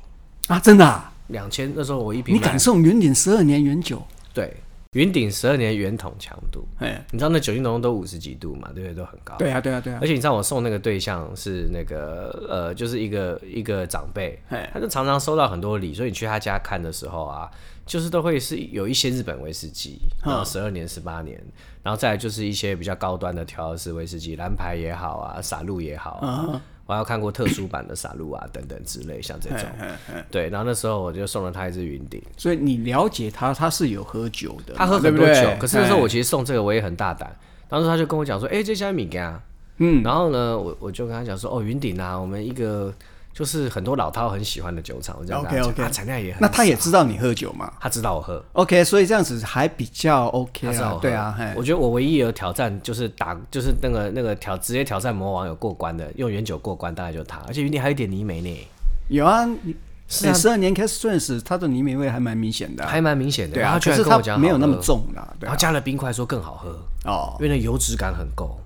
[SPEAKER 1] 啊，真的、啊，
[SPEAKER 2] 两千那时候我一瓶
[SPEAKER 1] 你
[SPEAKER 2] 买
[SPEAKER 1] 敢送云顶十二年原酒？
[SPEAKER 2] 对，云顶十二年圆筒强度，
[SPEAKER 1] 哎，
[SPEAKER 2] 你知道那酒精浓度都五十几度嘛，对不对？都很高。
[SPEAKER 1] 对啊，对啊，对啊
[SPEAKER 2] 而，且你知道我送那个对象是那个呃，就是一个一个长辈
[SPEAKER 1] 嘿，
[SPEAKER 2] 他就常常收到很多礼，所以你去他家看的时候啊，就是都会是有一些日本威士忌，然后十二年、十八年，然后再来就是一些比较高端的调和式威士忌，蓝牌也好啊，傻露也好啊，我还有看过特殊版的傻露啊等等之类，像这种，对，然后那时候我就送了他一支云顶。
[SPEAKER 1] 所以你了解他，他是有喝酒的嘛，
[SPEAKER 2] 他喝
[SPEAKER 1] 对
[SPEAKER 2] 很
[SPEAKER 1] 不
[SPEAKER 2] 多酒，
[SPEAKER 1] 对
[SPEAKER 2] 可是那时候
[SPEAKER 1] 哎
[SPEAKER 2] 我其实送这个我也很大胆。当时他就跟我讲说：“哎、这家米干。”嗯，然后呢，我我就跟他讲说：“哦，云顶啊，我们一个就是很多老饕很喜欢的酒厂，我这样跟他讲
[SPEAKER 1] OK，OK
[SPEAKER 2] 啊产量也很。”
[SPEAKER 1] 那他也知道你喝酒嘛
[SPEAKER 2] 他知道我喝，
[SPEAKER 1] ？OK，所以这样子还比较
[SPEAKER 2] 他
[SPEAKER 1] OK
[SPEAKER 2] 知道
[SPEAKER 1] 啊
[SPEAKER 2] 我喝，，
[SPEAKER 1] 对啊，嘿，
[SPEAKER 2] 我觉得我唯一有挑战就是打，就是那个那个挑直接挑战魔王有过关的，用原酒过关大概就他，而且云顶还有一点泥煤呢，
[SPEAKER 1] 有啊，你
[SPEAKER 2] 是啊
[SPEAKER 1] 十二年 Cast Strength 它的泥煤味还蛮明显的啊，
[SPEAKER 2] 还蛮明显的。
[SPEAKER 1] 对
[SPEAKER 2] 然
[SPEAKER 1] 啊，
[SPEAKER 2] 后他
[SPEAKER 1] 可
[SPEAKER 2] 居然
[SPEAKER 1] 是
[SPEAKER 2] 跟我讲
[SPEAKER 1] 它没有
[SPEAKER 2] 好
[SPEAKER 1] 那么
[SPEAKER 2] 喝
[SPEAKER 1] 重啦，对
[SPEAKER 2] 然
[SPEAKER 1] 啊
[SPEAKER 2] 后加了冰块说更好喝。
[SPEAKER 1] 哦，
[SPEAKER 2] 因为那油脂感很够。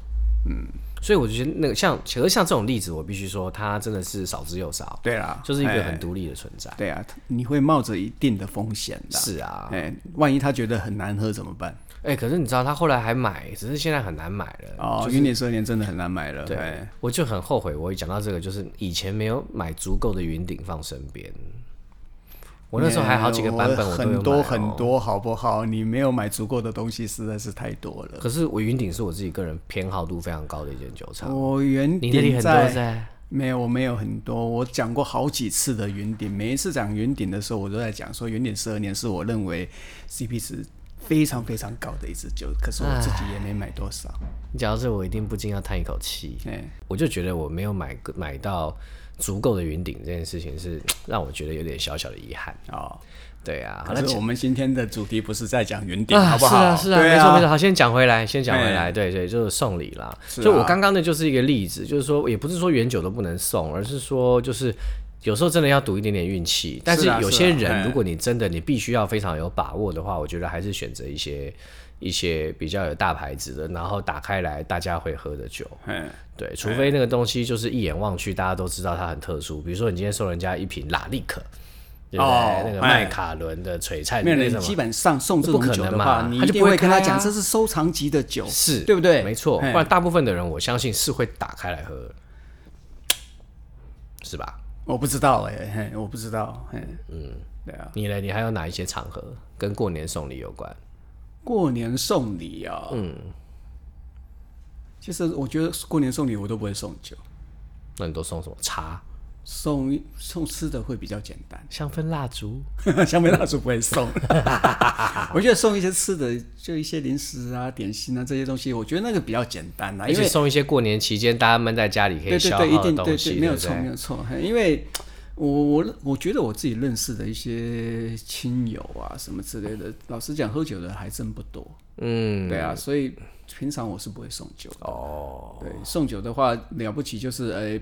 [SPEAKER 2] 嗯，所以我就觉得那个像，其实像这种例子，我必须说，它真的是少之又少，
[SPEAKER 1] 对啦，
[SPEAKER 2] 就是一个
[SPEAKER 1] 哎
[SPEAKER 2] 很独立的存在。
[SPEAKER 1] 对啊，你会冒着一定的风险的，
[SPEAKER 2] 是啊，
[SPEAKER 1] 哎，万一他觉得很难喝怎么办？
[SPEAKER 2] 哎、可是你知道，他后来还买，只是现在很难买了。
[SPEAKER 1] 哦，云顶十二年真的很难买了，哎
[SPEAKER 2] 对，我就很后悔，我一讲到这个，就是以前没有买足够的云顶放身边。我那时候还好几个版本，我都有买、
[SPEAKER 1] 哎
[SPEAKER 2] 哦
[SPEAKER 1] 很多很。多，好不好？你没有买足够的东西，实在是太多了。
[SPEAKER 2] 可是我云顶是我自己个人偏好度非常高的一间酒厂，
[SPEAKER 1] 我原
[SPEAKER 2] 你那里
[SPEAKER 1] 顶
[SPEAKER 2] 很多啊
[SPEAKER 1] 在
[SPEAKER 2] 在
[SPEAKER 1] 没有，我没有很多，我讲过好几次的云顶，每一次讲云顶的时候，我都在讲说云顶十二年是我认为 CP 值非常非常高的一支酒，可是我自己也没买多少。
[SPEAKER 2] 你讲到这，我一定不禁要叹一口气。
[SPEAKER 1] 哎，
[SPEAKER 2] 我就觉得我没有买个买到足够的云顶这件事情是让我觉得有点小小的遗憾。
[SPEAKER 1] 哦，
[SPEAKER 2] 对啊，好
[SPEAKER 1] 可
[SPEAKER 2] 那
[SPEAKER 1] 是
[SPEAKER 2] 讲
[SPEAKER 1] 我们今天的主题不是在 讲云顶，
[SPEAKER 2] 啊
[SPEAKER 1] 好不好？
[SPEAKER 2] 是啊，是啊，
[SPEAKER 1] 对
[SPEAKER 2] 没错没
[SPEAKER 1] 啊，
[SPEAKER 2] 错。
[SPEAKER 1] 哎
[SPEAKER 2] 好，先讲回来，先讲回来，对对，就是送礼啦。
[SPEAKER 1] 是啊
[SPEAKER 2] 所以我刚刚的就是一个例子，就是说也不是说原酒都不能送，而是说就是。有时候真的要赌一点点运气，但是
[SPEAKER 1] 是啊
[SPEAKER 2] 有些
[SPEAKER 1] 是啊
[SPEAKER 2] 人，
[SPEAKER 1] 嘿
[SPEAKER 2] 如果你真的你必须要非常有把握的话，我觉得还是选择一些一些比较有大牌子的，然后打开来大家会喝的酒。
[SPEAKER 1] 嗯，
[SPEAKER 2] 对，除非那个东西就是一眼望去，大家都知道它很特殊。比如说，你今天送人家一瓶拉力可，对不对？
[SPEAKER 1] 哦
[SPEAKER 2] 那个
[SPEAKER 1] 哎
[SPEAKER 2] 麦卡伦的璀璨
[SPEAKER 1] 没有
[SPEAKER 2] 那
[SPEAKER 1] 人
[SPEAKER 2] 什
[SPEAKER 1] 基
[SPEAKER 2] 么，
[SPEAKER 1] 本上送这种
[SPEAKER 2] 不可
[SPEAKER 1] 酒
[SPEAKER 2] 能
[SPEAKER 1] 的
[SPEAKER 2] 嘛
[SPEAKER 1] 话，你
[SPEAKER 2] 他
[SPEAKER 1] 一
[SPEAKER 2] 就
[SPEAKER 1] 定
[SPEAKER 2] 不会
[SPEAKER 1] 会跟
[SPEAKER 2] 开
[SPEAKER 1] 他
[SPEAKER 2] 啊
[SPEAKER 1] 讲这是收藏级的酒，
[SPEAKER 2] 是
[SPEAKER 1] 对不对？哎
[SPEAKER 2] 没错，
[SPEAKER 1] 嘿
[SPEAKER 2] 不然大部分的人我相信是会打开来喝的，是吧？
[SPEAKER 1] 我不知道哎、嘿，我不知道，嘿，嗯，对啊，
[SPEAKER 2] 你呢？你还有哪一些场合跟过年送礼有关？
[SPEAKER 1] 过年送礼啊、嗯，其实我觉得过年送礼我都不会送酒，
[SPEAKER 2] 那你都送什么？茶、
[SPEAKER 1] 送送吃的会比较简
[SPEAKER 2] 香氛蜡烛？
[SPEAKER 1] 单， 香槟蜡烛不会 送，我觉得送一些吃的，就一些零食啊、点心啊这些东西，我觉得那个比较简单啦，啊
[SPEAKER 2] 而
[SPEAKER 1] 因
[SPEAKER 2] 且
[SPEAKER 1] 为
[SPEAKER 2] 送一些过年期间大家闷在家里可以
[SPEAKER 1] 对对
[SPEAKER 2] 消
[SPEAKER 1] 对，一
[SPEAKER 2] 耗的
[SPEAKER 1] 定对
[SPEAKER 2] 东西，
[SPEAKER 1] 对，
[SPEAKER 2] 对
[SPEAKER 1] 没有
[SPEAKER 2] 不对
[SPEAKER 1] 错没有错，嘿因为。我我我觉得我自己认识的一些亲友啊什么之类的，老实讲，喝酒的还真不多。
[SPEAKER 2] 嗯，
[SPEAKER 1] 对啊，所以平常我是不会送酒的。
[SPEAKER 2] 哦，
[SPEAKER 1] 对，送酒的话了不起就是呃、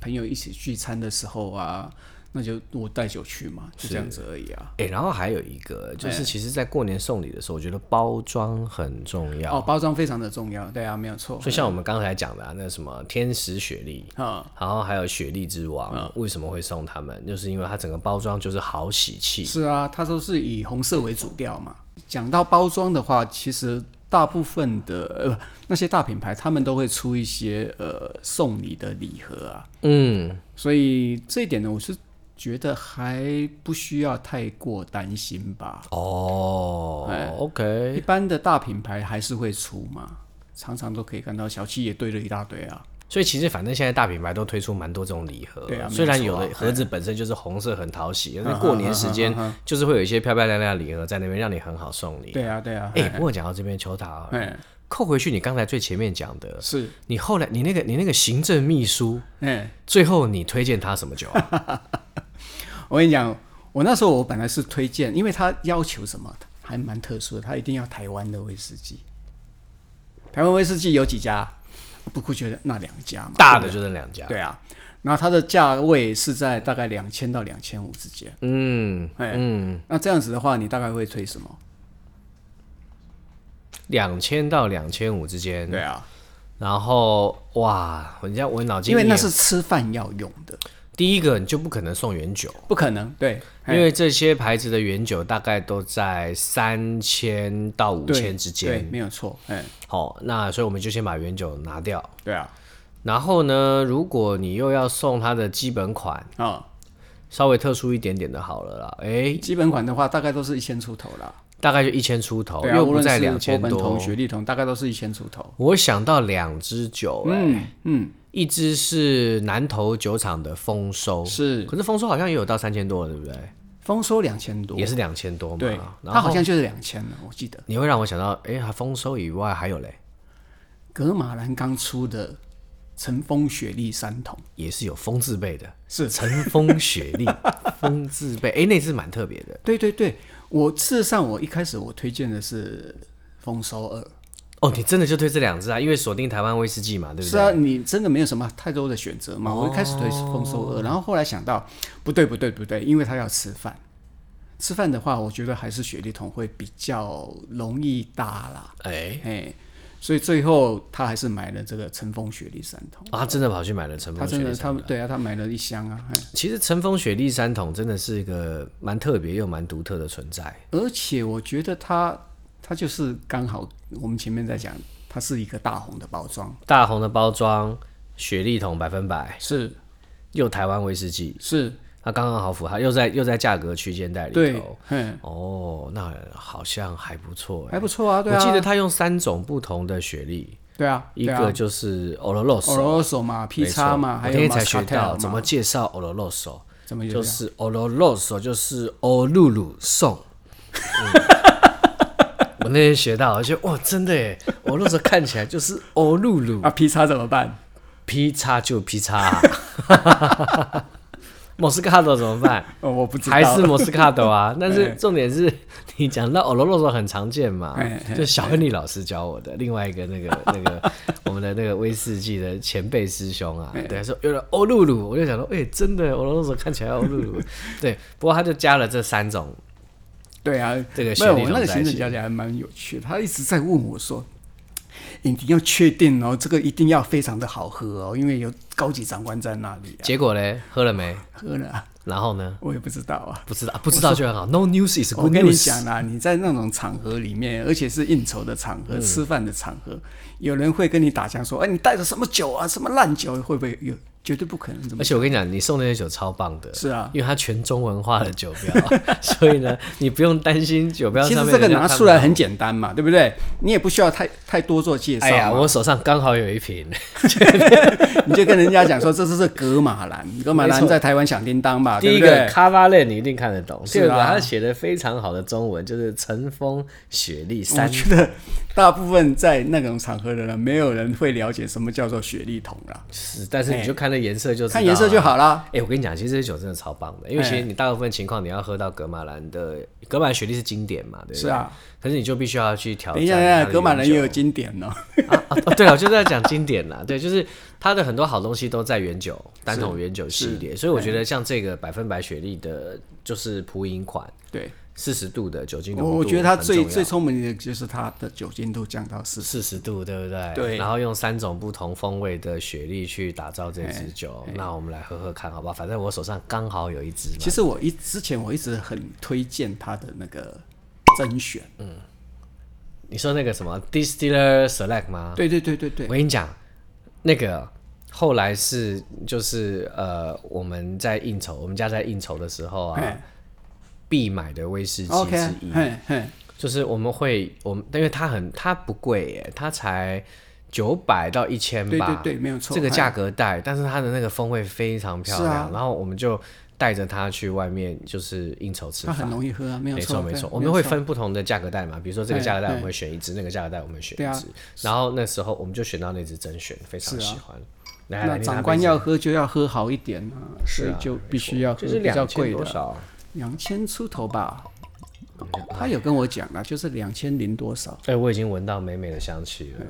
[SPEAKER 1] 朋友一起聚餐的时候啊，那就我带酒去嘛，就这样子而已啊。
[SPEAKER 2] 哎、然后还有一个，就是
[SPEAKER 1] 哎
[SPEAKER 2] 其实，在过年送礼的时候，我觉得包装很重要。
[SPEAKER 1] 哦，包装非常的重要，对啊，没有错
[SPEAKER 2] 所以像我们刚才讲的、啊，那什么天使雪莉，
[SPEAKER 1] 啊。
[SPEAKER 2] 然后还有雪莉之王，
[SPEAKER 1] 嗯
[SPEAKER 2] 为什么会送他们？就是因为它整个包装就是好喜气。
[SPEAKER 1] 是啊，它都是以红色为主调嘛。讲到包装的话，其实大部分的呃那些大品牌，他们都会出一些呃送礼的礼盒啊，
[SPEAKER 2] 嗯，
[SPEAKER 1] 所以这一点呢，我是觉得还不需要太过担心吧。
[SPEAKER 2] 哦、o
[SPEAKER 1] 哎一
[SPEAKER 2] k
[SPEAKER 1] 般的大品牌还是会出嘛，常常都可以看到小七也堆了一大堆啊。
[SPEAKER 2] 所以其实反正现在大品牌都推出蛮多这种礼盒，
[SPEAKER 1] 对啊没
[SPEAKER 2] 虽然
[SPEAKER 1] 错
[SPEAKER 2] 有
[SPEAKER 1] 啊嗯
[SPEAKER 2] 的盒子本身就是红色很讨喜，但是过年时间就是会有一些漂漂亮亮的礼盒在那边，让你很好送礼。
[SPEAKER 1] 对啊，对啊，
[SPEAKER 2] 哎、不过讲到这边，邱达
[SPEAKER 1] 哎，
[SPEAKER 2] 扣回去你刚才最前面讲的，
[SPEAKER 1] 是，
[SPEAKER 2] 你后来你那个你那个行政秘书，
[SPEAKER 1] 哎，
[SPEAKER 2] 最后你推荐他什么酒 啊？
[SPEAKER 1] 我跟你讲，我那时候我本来是推荐，因为他要求什么，还蛮特殊的，他一定要台湾的威士忌。台湾威士忌有几家？不会觉得那两家嘛，
[SPEAKER 2] 大的就这两家。
[SPEAKER 1] 对啊。然后它的价位是在大概两千到两千五之间。
[SPEAKER 2] 嗯
[SPEAKER 1] 哎
[SPEAKER 2] 嗯，
[SPEAKER 1] 那这样子的话，你大概会推什么？
[SPEAKER 2] 两千到两千五之间。
[SPEAKER 1] 对啊，
[SPEAKER 2] 然后哇，人家我脑筋
[SPEAKER 1] 因为那
[SPEAKER 2] 也
[SPEAKER 1] 是吃饭要用的。
[SPEAKER 2] 第一个你就不可能送原酒，
[SPEAKER 1] 不可能，对，哎
[SPEAKER 2] 因
[SPEAKER 1] 嘿
[SPEAKER 2] 为这些牌子的原酒大概都在三千到五
[SPEAKER 1] 对
[SPEAKER 2] 千之
[SPEAKER 1] 对，
[SPEAKER 2] 间。
[SPEAKER 1] 没有错，哎，
[SPEAKER 2] 好、那所以我们就先把原酒拿掉。
[SPEAKER 1] 对啊，
[SPEAKER 2] 然后呢，如果你又要送它的基本款，
[SPEAKER 1] 啊、
[SPEAKER 2] 稍微特殊一点点的好了啦。哎，
[SPEAKER 1] 基本款的话大概都是一千出头啦，
[SPEAKER 2] 大概就一千出头，
[SPEAKER 1] 对啊，
[SPEAKER 2] 又
[SPEAKER 1] 无
[SPEAKER 2] 不
[SPEAKER 1] 论
[SPEAKER 2] 在
[SPEAKER 1] 是
[SPEAKER 2] 两
[SPEAKER 1] 波
[SPEAKER 2] 千
[SPEAKER 1] 本桶、
[SPEAKER 2] 多。
[SPEAKER 1] 雪利桶，大概都是一千出头。
[SPEAKER 2] 我想到两支酒、哎、
[SPEAKER 1] 嗯嗯，
[SPEAKER 2] 一支是南投酒厂的丰收，
[SPEAKER 1] 是
[SPEAKER 2] 可是丰收好像也有到三千多了，对不对？
[SPEAKER 1] 丰收两千多，
[SPEAKER 2] 也是两千多嘛。
[SPEAKER 1] 对，
[SPEAKER 2] 然
[SPEAKER 1] 它
[SPEAKER 2] 后
[SPEAKER 1] 好像就是两千了，我记得。
[SPEAKER 2] 你会让我想到，哎，还丰收以外还有嘞，
[SPEAKER 1] 格马兰刚出的乘风雪莉三桶
[SPEAKER 2] 也是有风字辈 的，
[SPEAKER 1] 是
[SPEAKER 2] 乘风雪莉风字辈，哎，那支蛮特别的。
[SPEAKER 1] 对对对，我事实上我一开始我推荐的是丰收二，
[SPEAKER 2] 哦，你真的就推这两支啊？因为锁定台湾威士忌嘛，对不哦
[SPEAKER 1] 是
[SPEAKER 2] 对？
[SPEAKER 1] 啊，你真的没有什么太多的选择嘛。我一开始推是丰收二，然后后来想到不对不对不对，因为他要吃饭，吃饭的话，我觉得还是雪莉桶会比较容易搭啦，
[SPEAKER 2] 哎、
[SPEAKER 1] 哎，所以最后他还是买了这个乘风雪莉三桶。
[SPEAKER 2] 啊，他真的跑去买了乘
[SPEAKER 1] 他
[SPEAKER 2] 风雪
[SPEAKER 1] 真
[SPEAKER 2] 莉
[SPEAKER 1] 的，
[SPEAKER 2] 三
[SPEAKER 1] 他
[SPEAKER 2] 桶。
[SPEAKER 1] 对啊，他买了一箱啊，哎
[SPEAKER 2] 其实乘风雪莉三桶真的是一个蛮特别又蛮独特的存在。
[SPEAKER 1] 而且我觉得它它就是刚好我们前面在讲，它是一个大红的包装，
[SPEAKER 2] 大红的包装，雪莉桶百分百，
[SPEAKER 1] 是
[SPEAKER 2] 又台湾威士忌，
[SPEAKER 1] 是，
[SPEAKER 2] 它刚刚好符合，又在又在价格区间带里
[SPEAKER 1] 对
[SPEAKER 2] 头。，
[SPEAKER 1] 嗯，
[SPEAKER 2] 哦，那好像还不错哎、
[SPEAKER 1] 还不错啊，对啊，
[SPEAKER 2] 我记得他用三种不同的雪莉，
[SPEAKER 1] 对啊，
[SPEAKER 2] 一
[SPEAKER 1] 对啊
[SPEAKER 2] 个就是 Oloroso，
[SPEAKER 1] o r o s o 嘛，P 叉嘛，哦还
[SPEAKER 2] 我
[SPEAKER 1] 有
[SPEAKER 2] 今天
[SPEAKER 1] m
[SPEAKER 2] 才
[SPEAKER 1] a
[SPEAKER 2] 学
[SPEAKER 1] s
[SPEAKER 2] 到
[SPEAKER 1] a
[SPEAKER 2] 怎么介绍 Oloroso，
[SPEAKER 1] 怎么
[SPEAKER 2] 就
[SPEAKER 1] 就是
[SPEAKER 2] Oloroso 就是 o l u l u 送。 嗯我那天学到，我觉得哇，真的耶！Oloroso 看起来就是 o l u l u
[SPEAKER 1] 啊，P 叉怎么办？
[SPEAKER 2] 劈叉就劈叉、 啊，莫斯卡朵怎么办？
[SPEAKER 1] 哦，我不知道，
[SPEAKER 2] 还是莫斯卡朵 啊？但是重点是你讲到 o l o r o s 很常见嘛
[SPEAKER 1] 哎，
[SPEAKER 2] 就小恩利老师教我的，另外一个那个 那个我们的那个威士忌的前辈师兄
[SPEAKER 1] 哎
[SPEAKER 2] 啊，对，说有了欧露露，我就想说，哎，真的 o l o r o s 看起来欧露 露，对，不过他就加了这三种，
[SPEAKER 1] 对啊，
[SPEAKER 2] 这个
[SPEAKER 1] 没
[SPEAKER 2] 学
[SPEAKER 1] 有
[SPEAKER 2] 历
[SPEAKER 1] 我那
[SPEAKER 2] 弄
[SPEAKER 1] 个
[SPEAKER 2] 在
[SPEAKER 1] 行
[SPEAKER 2] 一
[SPEAKER 1] 政
[SPEAKER 2] 起
[SPEAKER 1] 小姐还蛮有趣的，她一直在问我说：“你一定要确定哦，这个一定要非常的好喝哦，因为有高级长官在那里、啊、
[SPEAKER 2] 结果嘞，喝了没？
[SPEAKER 1] 喝了啊，
[SPEAKER 2] 然后呢？
[SPEAKER 1] 我也不知道啊。”
[SPEAKER 2] 不知道，不知道就很好。No news is
[SPEAKER 1] 我
[SPEAKER 2] good
[SPEAKER 1] 跟你
[SPEAKER 2] news。
[SPEAKER 1] 讲啦、你在那种场合里面，而且是应酬的场合、吃饭的场合，有人会跟你打枪说：“哎，你带着什么酒啊？什么烂酒？会不会有？绝对不可能，怎么
[SPEAKER 2] 而且我跟你讲，你送那些酒超棒的，
[SPEAKER 1] 是啊？”
[SPEAKER 2] 因为它全中文化的酒标， 所以呢，你不用担心酒标
[SPEAKER 1] 其
[SPEAKER 2] 上
[SPEAKER 1] 实
[SPEAKER 2] 面
[SPEAKER 1] 这个
[SPEAKER 2] 人家
[SPEAKER 1] 拿
[SPEAKER 2] 看
[SPEAKER 1] 出
[SPEAKER 2] 不
[SPEAKER 1] 来
[SPEAKER 2] 到
[SPEAKER 1] 很简单嘛，对不对？你也不需要太太多做介绍
[SPEAKER 2] 哎呀，
[SPEAKER 1] 嘛，
[SPEAKER 2] 我手上啊刚好有一瓶，
[SPEAKER 1] 你就跟人家讲说这是这格马兰，格马兰在台湾响叮当嘛，
[SPEAKER 2] 第
[SPEAKER 1] 对
[SPEAKER 2] 一
[SPEAKER 1] 不
[SPEAKER 2] 个
[SPEAKER 1] 对？
[SPEAKER 2] 卡巴类你一定看得懂，第
[SPEAKER 1] 是啊
[SPEAKER 2] 二个它写的非常好的中文就是“乘风雪莉
[SPEAKER 1] 我
[SPEAKER 2] 三
[SPEAKER 1] 觉得 大部分在那种场合的人，没有人会了解什么叫做雪莉桶啦，
[SPEAKER 2] 十”，但是你就看那颜色就知道哎
[SPEAKER 1] 看颜色就
[SPEAKER 2] 了。
[SPEAKER 1] 好啦。
[SPEAKER 2] 哎，我跟你讲，其实这些酒真的超棒的，因为其实你大部分情况你要喝到格马兰的格马兰雪莉是经典嘛，对不对？
[SPEAKER 1] 是啊，
[SPEAKER 2] 可是你就必须要去挑
[SPEAKER 1] 等
[SPEAKER 2] 战
[SPEAKER 1] 一
[SPEAKER 2] 它
[SPEAKER 1] 下，等
[SPEAKER 2] 的原
[SPEAKER 1] 一
[SPEAKER 2] 酒。
[SPEAKER 1] 下，格马兰也有经典哦。
[SPEAKER 2] 啊 啊哦对了，我就是在讲经典啦。对，就是它的很多好东西都在原酒单桶原酒系列，所以我觉得像这个百分百雪莉的，就是普饮款，
[SPEAKER 1] 对，
[SPEAKER 2] 四十度的酒精浓度很重要，
[SPEAKER 1] 我我觉得它最最聪明的就是它的酒精度降到四十，
[SPEAKER 2] 四十度，对不对？
[SPEAKER 1] 对
[SPEAKER 2] 然后用三种不同风味的雪莉去打造这支酒，那我们来喝喝看，好不好？反正我手上刚好有一支嘛。
[SPEAKER 1] 哎其实我一之前我一直很推荐它的那个甄选，啊
[SPEAKER 2] 你说那个什么 Distiller Select 吗？
[SPEAKER 1] 对对对对对
[SPEAKER 2] 我，跟你讲，那个后来是就是呃，我们在应酬，我们家在应酬的时候啊
[SPEAKER 1] 嘿，
[SPEAKER 2] 必买的威士忌之
[SPEAKER 1] 哎 OK，
[SPEAKER 2] 一，
[SPEAKER 1] 嘿嘿，
[SPEAKER 2] 就是我们会我们，因为它很它不贵耶，它才九百到一千
[SPEAKER 1] 对对
[SPEAKER 2] 吧，
[SPEAKER 1] 对，没有错，
[SPEAKER 2] 这个
[SPEAKER 1] 嘿
[SPEAKER 2] 价格带，但是它的那个风味非常漂
[SPEAKER 1] 是
[SPEAKER 2] 亮，
[SPEAKER 1] 啊
[SPEAKER 2] 然后我们就带着它去外面就是应酬吃
[SPEAKER 1] 它很
[SPEAKER 2] 饭。
[SPEAKER 1] 容易喝啊，没有
[SPEAKER 2] 没
[SPEAKER 1] 错
[SPEAKER 2] 错没
[SPEAKER 1] 对
[SPEAKER 2] 错，我们会
[SPEAKER 1] 有错
[SPEAKER 2] 分不同的价格带嘛，比如说这个
[SPEAKER 1] 哎
[SPEAKER 2] 价格带我
[SPEAKER 1] 哎
[SPEAKER 2] 们会选一支，那个价格带我们会选
[SPEAKER 1] 对啊
[SPEAKER 2] 一支，然后那时候我们就选到那支甄选，非常
[SPEAKER 1] 是啊
[SPEAKER 2] 喜欢。来来，
[SPEAKER 1] 那
[SPEAKER 2] 哎你拿
[SPEAKER 1] 长
[SPEAKER 2] 杯
[SPEAKER 1] 官
[SPEAKER 2] 子
[SPEAKER 1] 要喝就要喝好一点啊，所以
[SPEAKER 2] 啊
[SPEAKER 1] 就
[SPEAKER 2] 没
[SPEAKER 1] 必须要喝
[SPEAKER 2] 就是
[SPEAKER 1] 比较
[SPEAKER 2] 两
[SPEAKER 1] 贵
[SPEAKER 2] 千多
[SPEAKER 1] 的，
[SPEAKER 2] 少啊？
[SPEAKER 1] 两千出头吧。他有跟我讲了，就是两千零多少，
[SPEAKER 2] 哎，我已经闻到美美的香气了。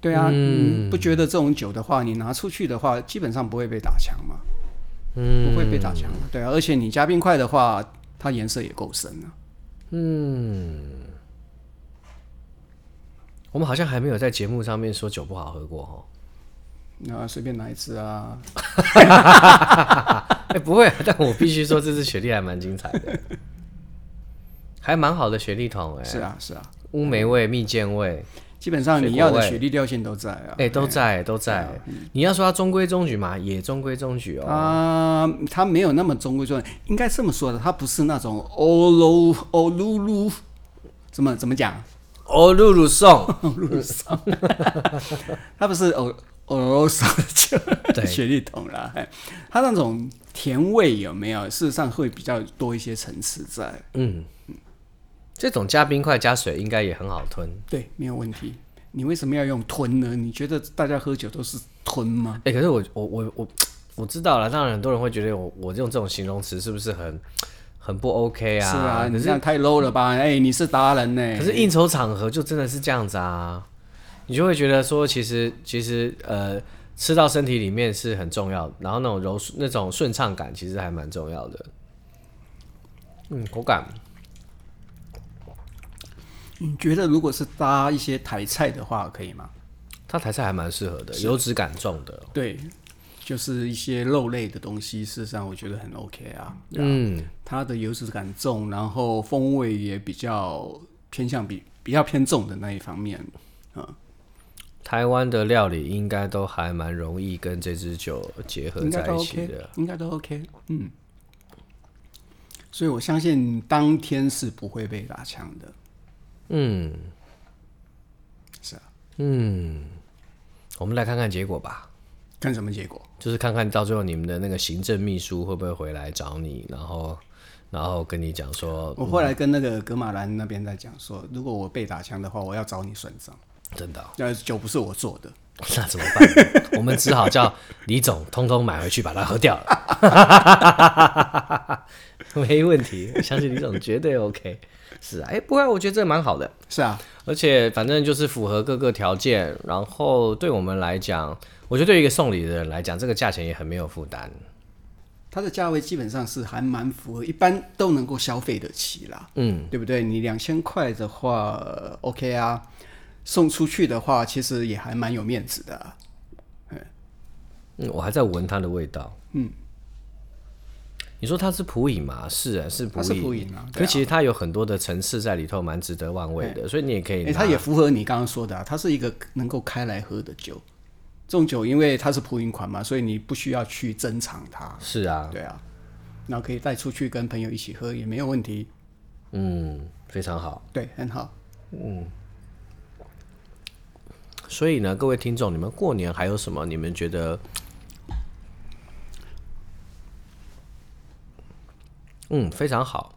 [SPEAKER 1] 对啊，嗯，不觉得这种酒的话，你拿出去的话，基本上不会被打枪嘛，嗯，不会被打枪嘛，对啊，而且你加冰块的话，它颜色也够深啊，嗯，
[SPEAKER 2] 我们好像还没有在节目上面说酒不好喝过哦。
[SPEAKER 1] 那随便哪一支啊？
[SPEAKER 2] 哎、不会、啊，但我必须说这支雪莉还蛮精彩的，还蛮好的雪莉桶哎、
[SPEAKER 1] 是啊，是啊，
[SPEAKER 2] 乌梅味、蜜饯味，
[SPEAKER 1] 基本上
[SPEAKER 2] 水
[SPEAKER 1] 你
[SPEAKER 2] 果
[SPEAKER 1] 要的
[SPEAKER 2] 味
[SPEAKER 1] 雪莉调性都在啊。
[SPEAKER 2] 哎、都在都在。你要说它中规中矩嘛，也中规中矩哦。
[SPEAKER 1] 嗯啊、它没有那么中规中矩，应该这么说的，它不是那种欧噜欧噜噜，怎么怎么讲？
[SPEAKER 2] 哦，露露送，
[SPEAKER 1] 它不是欧欧手就
[SPEAKER 2] 对
[SPEAKER 1] 雪莉桶啦，嘿它那种甜味有没有？事实上会比较多一些层次在，
[SPEAKER 2] 嗯，这种加冰块加水应该也很好吞。
[SPEAKER 1] 对，没有问题。你为什么要用吞呢？你觉得大家喝酒都是吞吗？
[SPEAKER 2] 哎、可是我我我我我知道了，当然很多人会觉得我我用这种形容词是不是很很不 OK 啊？
[SPEAKER 1] 是啊，
[SPEAKER 2] 可
[SPEAKER 1] 你
[SPEAKER 2] 是
[SPEAKER 1] 这样太 low 了吧？哎、你是达人呢、
[SPEAKER 2] 可是应酬场合就真的是这样子啊，你就会觉得说，其实其实呃，吃到身体里面是很重要，然后那种柔顺那种顺畅感其实还蛮重要的。嗯，口感
[SPEAKER 1] 你觉得如果是搭一些台菜的话，可以吗？
[SPEAKER 2] 它台菜还蛮适合的，油脂感重的。
[SPEAKER 1] 对，就是一些肉类的东西，事实上我觉得很 OK 啊。
[SPEAKER 2] 嗯，
[SPEAKER 1] 它的油脂感重，然后风味也比较偏向比比较偏重的那一方面。
[SPEAKER 2] 台湾的料理应该都还蛮容易跟这支酒结合
[SPEAKER 1] 应该
[SPEAKER 2] 在
[SPEAKER 1] 都
[SPEAKER 2] 一起
[SPEAKER 1] OK，
[SPEAKER 2] 的。
[SPEAKER 1] 应该都 OK，嗯。所以我相信当天是不会被打枪的，
[SPEAKER 2] 嗯
[SPEAKER 1] 是啊。
[SPEAKER 2] 嗯，我们来看看结果吧。
[SPEAKER 1] 看什么结果？
[SPEAKER 2] 就是看看到最后你们的那个行政秘书会不会回来找你，然后然后跟你讲说，
[SPEAKER 1] 我后来跟那个格马兰那边在讲说，如果我被打枪的话，我要找你算账。
[SPEAKER 2] 真的哦、
[SPEAKER 1] 呃，酒不是我做的，
[SPEAKER 2] 那怎么办？ 我们只好叫李总通通买回去把它喝掉了。 没问题，我相信李总绝对 OK。是啊，哎、不会啊，我觉得这蛮好的。
[SPEAKER 1] 是啊，
[SPEAKER 2] 而且反正就是符合各个条件，然后对我们来讲，我觉得对于一个送礼的人来讲，这个价钱也很没有负担。
[SPEAKER 1] 它的价位基本上是还蛮符合，一般都能够消费得起啦，
[SPEAKER 2] 嗯，
[SPEAKER 1] 对不对？你两千块的话呃，OK 啊，送出去的话，其实也还蛮有面子的啊、
[SPEAKER 2] 嗯，我还在闻它的味道。嗯，你说它是普饮嘛？是啊，是普
[SPEAKER 1] 它是
[SPEAKER 2] 饮。
[SPEAKER 1] 普饮啊对
[SPEAKER 2] 可其实它有很多的层次在里头，蛮值得玩味的。所以你也可以
[SPEAKER 1] 诶，
[SPEAKER 2] 拿，
[SPEAKER 1] 哎它也符合你刚刚说的、啊，它是一个能够开来喝的酒。这种酒因为它是普饮款嘛，所以你不需要去珍藏它，
[SPEAKER 2] 是啊，
[SPEAKER 1] 对啊，然后可以带出去跟朋友一起喝也没有问题，
[SPEAKER 2] 嗯，非常好。
[SPEAKER 1] 对，很好。
[SPEAKER 2] 所以呢，各位听众，你们过年还有什么你们觉得，嗯，非常好。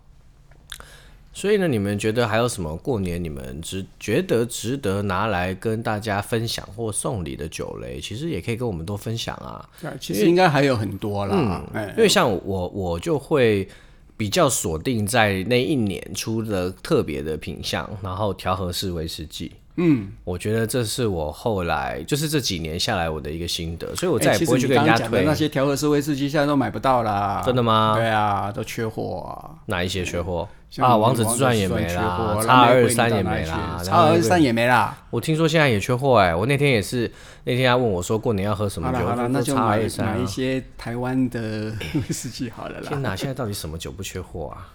[SPEAKER 2] 所以呢，你们觉得还有什么过年你们值觉得值得拿来跟大家分享或送礼的酒类，其实也可以跟我们多分享啊。
[SPEAKER 1] 对，其实应该还有很多
[SPEAKER 2] 嗯
[SPEAKER 1] 啦，哎、
[SPEAKER 2] 因为像我，我就会比较锁定在那一年出的特别的品相，然后调和式威士忌。嗯，我觉得这是我后来就是这几年下来我的一个心得，所以我再
[SPEAKER 1] 哎
[SPEAKER 2] 也
[SPEAKER 1] 其实
[SPEAKER 2] 不会
[SPEAKER 1] 你
[SPEAKER 2] 去
[SPEAKER 1] 刚
[SPEAKER 2] 跟人
[SPEAKER 1] 刚
[SPEAKER 2] 家
[SPEAKER 1] 讲的
[SPEAKER 2] 推、
[SPEAKER 1] 那些调和式威士忌，现在都买不到啦。
[SPEAKER 2] 真的吗？
[SPEAKER 1] 对啊，都缺货啊。
[SPEAKER 2] 哪一些缺货
[SPEAKER 1] 像
[SPEAKER 2] 啊？
[SPEAKER 1] 王
[SPEAKER 2] 王子之传也没
[SPEAKER 1] 缺
[SPEAKER 2] 啦，
[SPEAKER 1] 货
[SPEAKER 2] 叉
[SPEAKER 1] 蓝莓
[SPEAKER 2] 二
[SPEAKER 1] 贵
[SPEAKER 2] 三
[SPEAKER 1] 你
[SPEAKER 2] 也
[SPEAKER 1] 到哪
[SPEAKER 2] 没
[SPEAKER 1] 里
[SPEAKER 2] 啦，
[SPEAKER 1] 去
[SPEAKER 2] 然
[SPEAKER 1] 叉
[SPEAKER 2] 后那
[SPEAKER 1] 二
[SPEAKER 2] 个
[SPEAKER 1] 三也没啦。
[SPEAKER 2] 我听说现在也缺货哎、我那天也是，那天他问我说过年要喝什么
[SPEAKER 1] 好了
[SPEAKER 2] 酒，
[SPEAKER 1] 好了，
[SPEAKER 2] 我
[SPEAKER 1] 那
[SPEAKER 2] 说
[SPEAKER 1] 就
[SPEAKER 2] 叉
[SPEAKER 1] 买
[SPEAKER 2] 二三
[SPEAKER 1] 买
[SPEAKER 2] 啊
[SPEAKER 1] 一。些台湾的 威士忌好了啦。
[SPEAKER 2] 天哪，现在到底什么酒不缺货啊？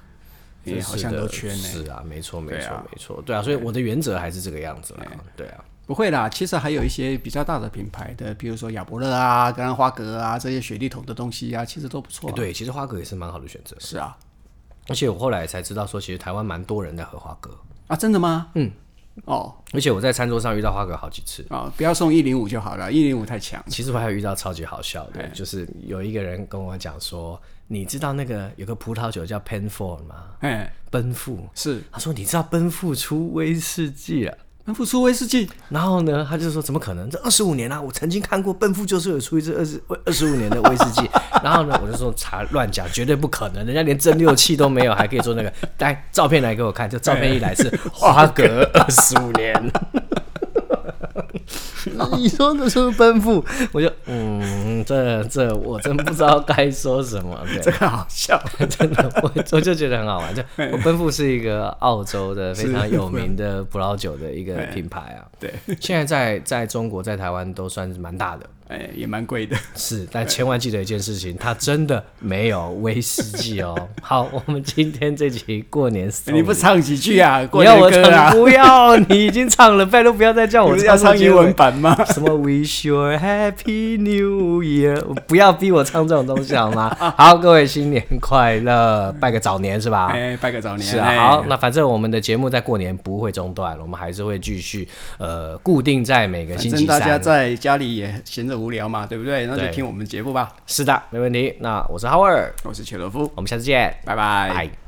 [SPEAKER 1] 也
[SPEAKER 2] 真
[SPEAKER 1] 好
[SPEAKER 2] 是
[SPEAKER 1] 像
[SPEAKER 2] 的
[SPEAKER 1] 都缺呢
[SPEAKER 2] 是啊，没错，没
[SPEAKER 1] 对
[SPEAKER 2] 错，
[SPEAKER 1] 啊
[SPEAKER 2] 没错，对啊，所以我的原则还是这个样子啦。对啊，
[SPEAKER 1] 不会啦，其实还有一些比较大的品牌的，比如说亚伯乐啊、格兰花格啊这些雪莉桶的东西啊，其实都不错
[SPEAKER 2] 诶
[SPEAKER 1] 啊。
[SPEAKER 2] 对，其实花哥也是蛮好的选择，
[SPEAKER 1] 是啊，
[SPEAKER 2] 而且我后来才知道说，其实台湾蛮多人在喝花哥，
[SPEAKER 1] 啊，真的吗？嗯，哦
[SPEAKER 2] 而且我在餐桌上遇到花哥好几次。
[SPEAKER 1] 啊，不要送一零五就好了，一零五太强。
[SPEAKER 2] 其实我还有遇到超级好笑的，就是有一个人跟我讲说，你知道那个有个葡萄酒叫 Penfold 吗？
[SPEAKER 1] 哎，
[SPEAKER 2] 奔富，
[SPEAKER 1] 是
[SPEAKER 2] 他说你知道奔富出威士忌了。
[SPEAKER 1] 能付出威士忌，
[SPEAKER 2] 然后呢，他就说怎么可能？这二十五年啦、啊我曾经看过奔富就是有出一支二十二十五年的威士忌。 然后呢，我就说查乱讲，绝对不可能，人家连蒸馏器都没有，还可以做那个。来，照片来给我看，就照片一来是 花格二十五年。 你说的是不是奔富？我就嗯，嗯，这这我真不知道该说什么。
[SPEAKER 1] 这
[SPEAKER 2] 对，
[SPEAKER 1] 个好笑，
[SPEAKER 2] 真的，我我就觉得很好 玩。就我奔富是一个澳洲的非常有名的葡萄酒的一个品牌啊，
[SPEAKER 1] 对，
[SPEAKER 2] 现在在在中国在台湾都算是蛮大的。
[SPEAKER 1] 哎，也蛮贵的。
[SPEAKER 2] 是，但千万记得一件事情，它真的没有威士忌 哦。好，我们今天这集过年送
[SPEAKER 1] 你不唱几句啊？过
[SPEAKER 2] 你要我
[SPEAKER 1] 年歌
[SPEAKER 2] 唱？
[SPEAKER 1] 啊？
[SPEAKER 2] 不要，你已经唱了，拜托不要再叫我
[SPEAKER 1] 不是要唱
[SPEAKER 2] 结
[SPEAKER 1] 英
[SPEAKER 2] 尾
[SPEAKER 1] 文版 吗？
[SPEAKER 2] 什么 Wish you a happy new year，不要逼我唱这种东西 好吗？好，各位新年快乐，拜个早年是吧？
[SPEAKER 1] 哎，拜个早年。
[SPEAKER 2] 是啊，
[SPEAKER 1] 哎
[SPEAKER 2] 好，那反正我们的节目在过年不会中断，我们还是会继续，呃，固定在每个
[SPEAKER 1] 反
[SPEAKER 2] 星
[SPEAKER 1] 正
[SPEAKER 2] 期
[SPEAKER 1] 大家
[SPEAKER 2] 三。
[SPEAKER 1] 在家里也闲着无聊嘛，对不对？那就
[SPEAKER 2] 对
[SPEAKER 1] 听我们节目吧。
[SPEAKER 2] 是的，没问题。那我是 Howard，
[SPEAKER 1] 我是切罗夫，
[SPEAKER 2] 我们下次见，
[SPEAKER 1] 拜拜。
[SPEAKER 2] 拜。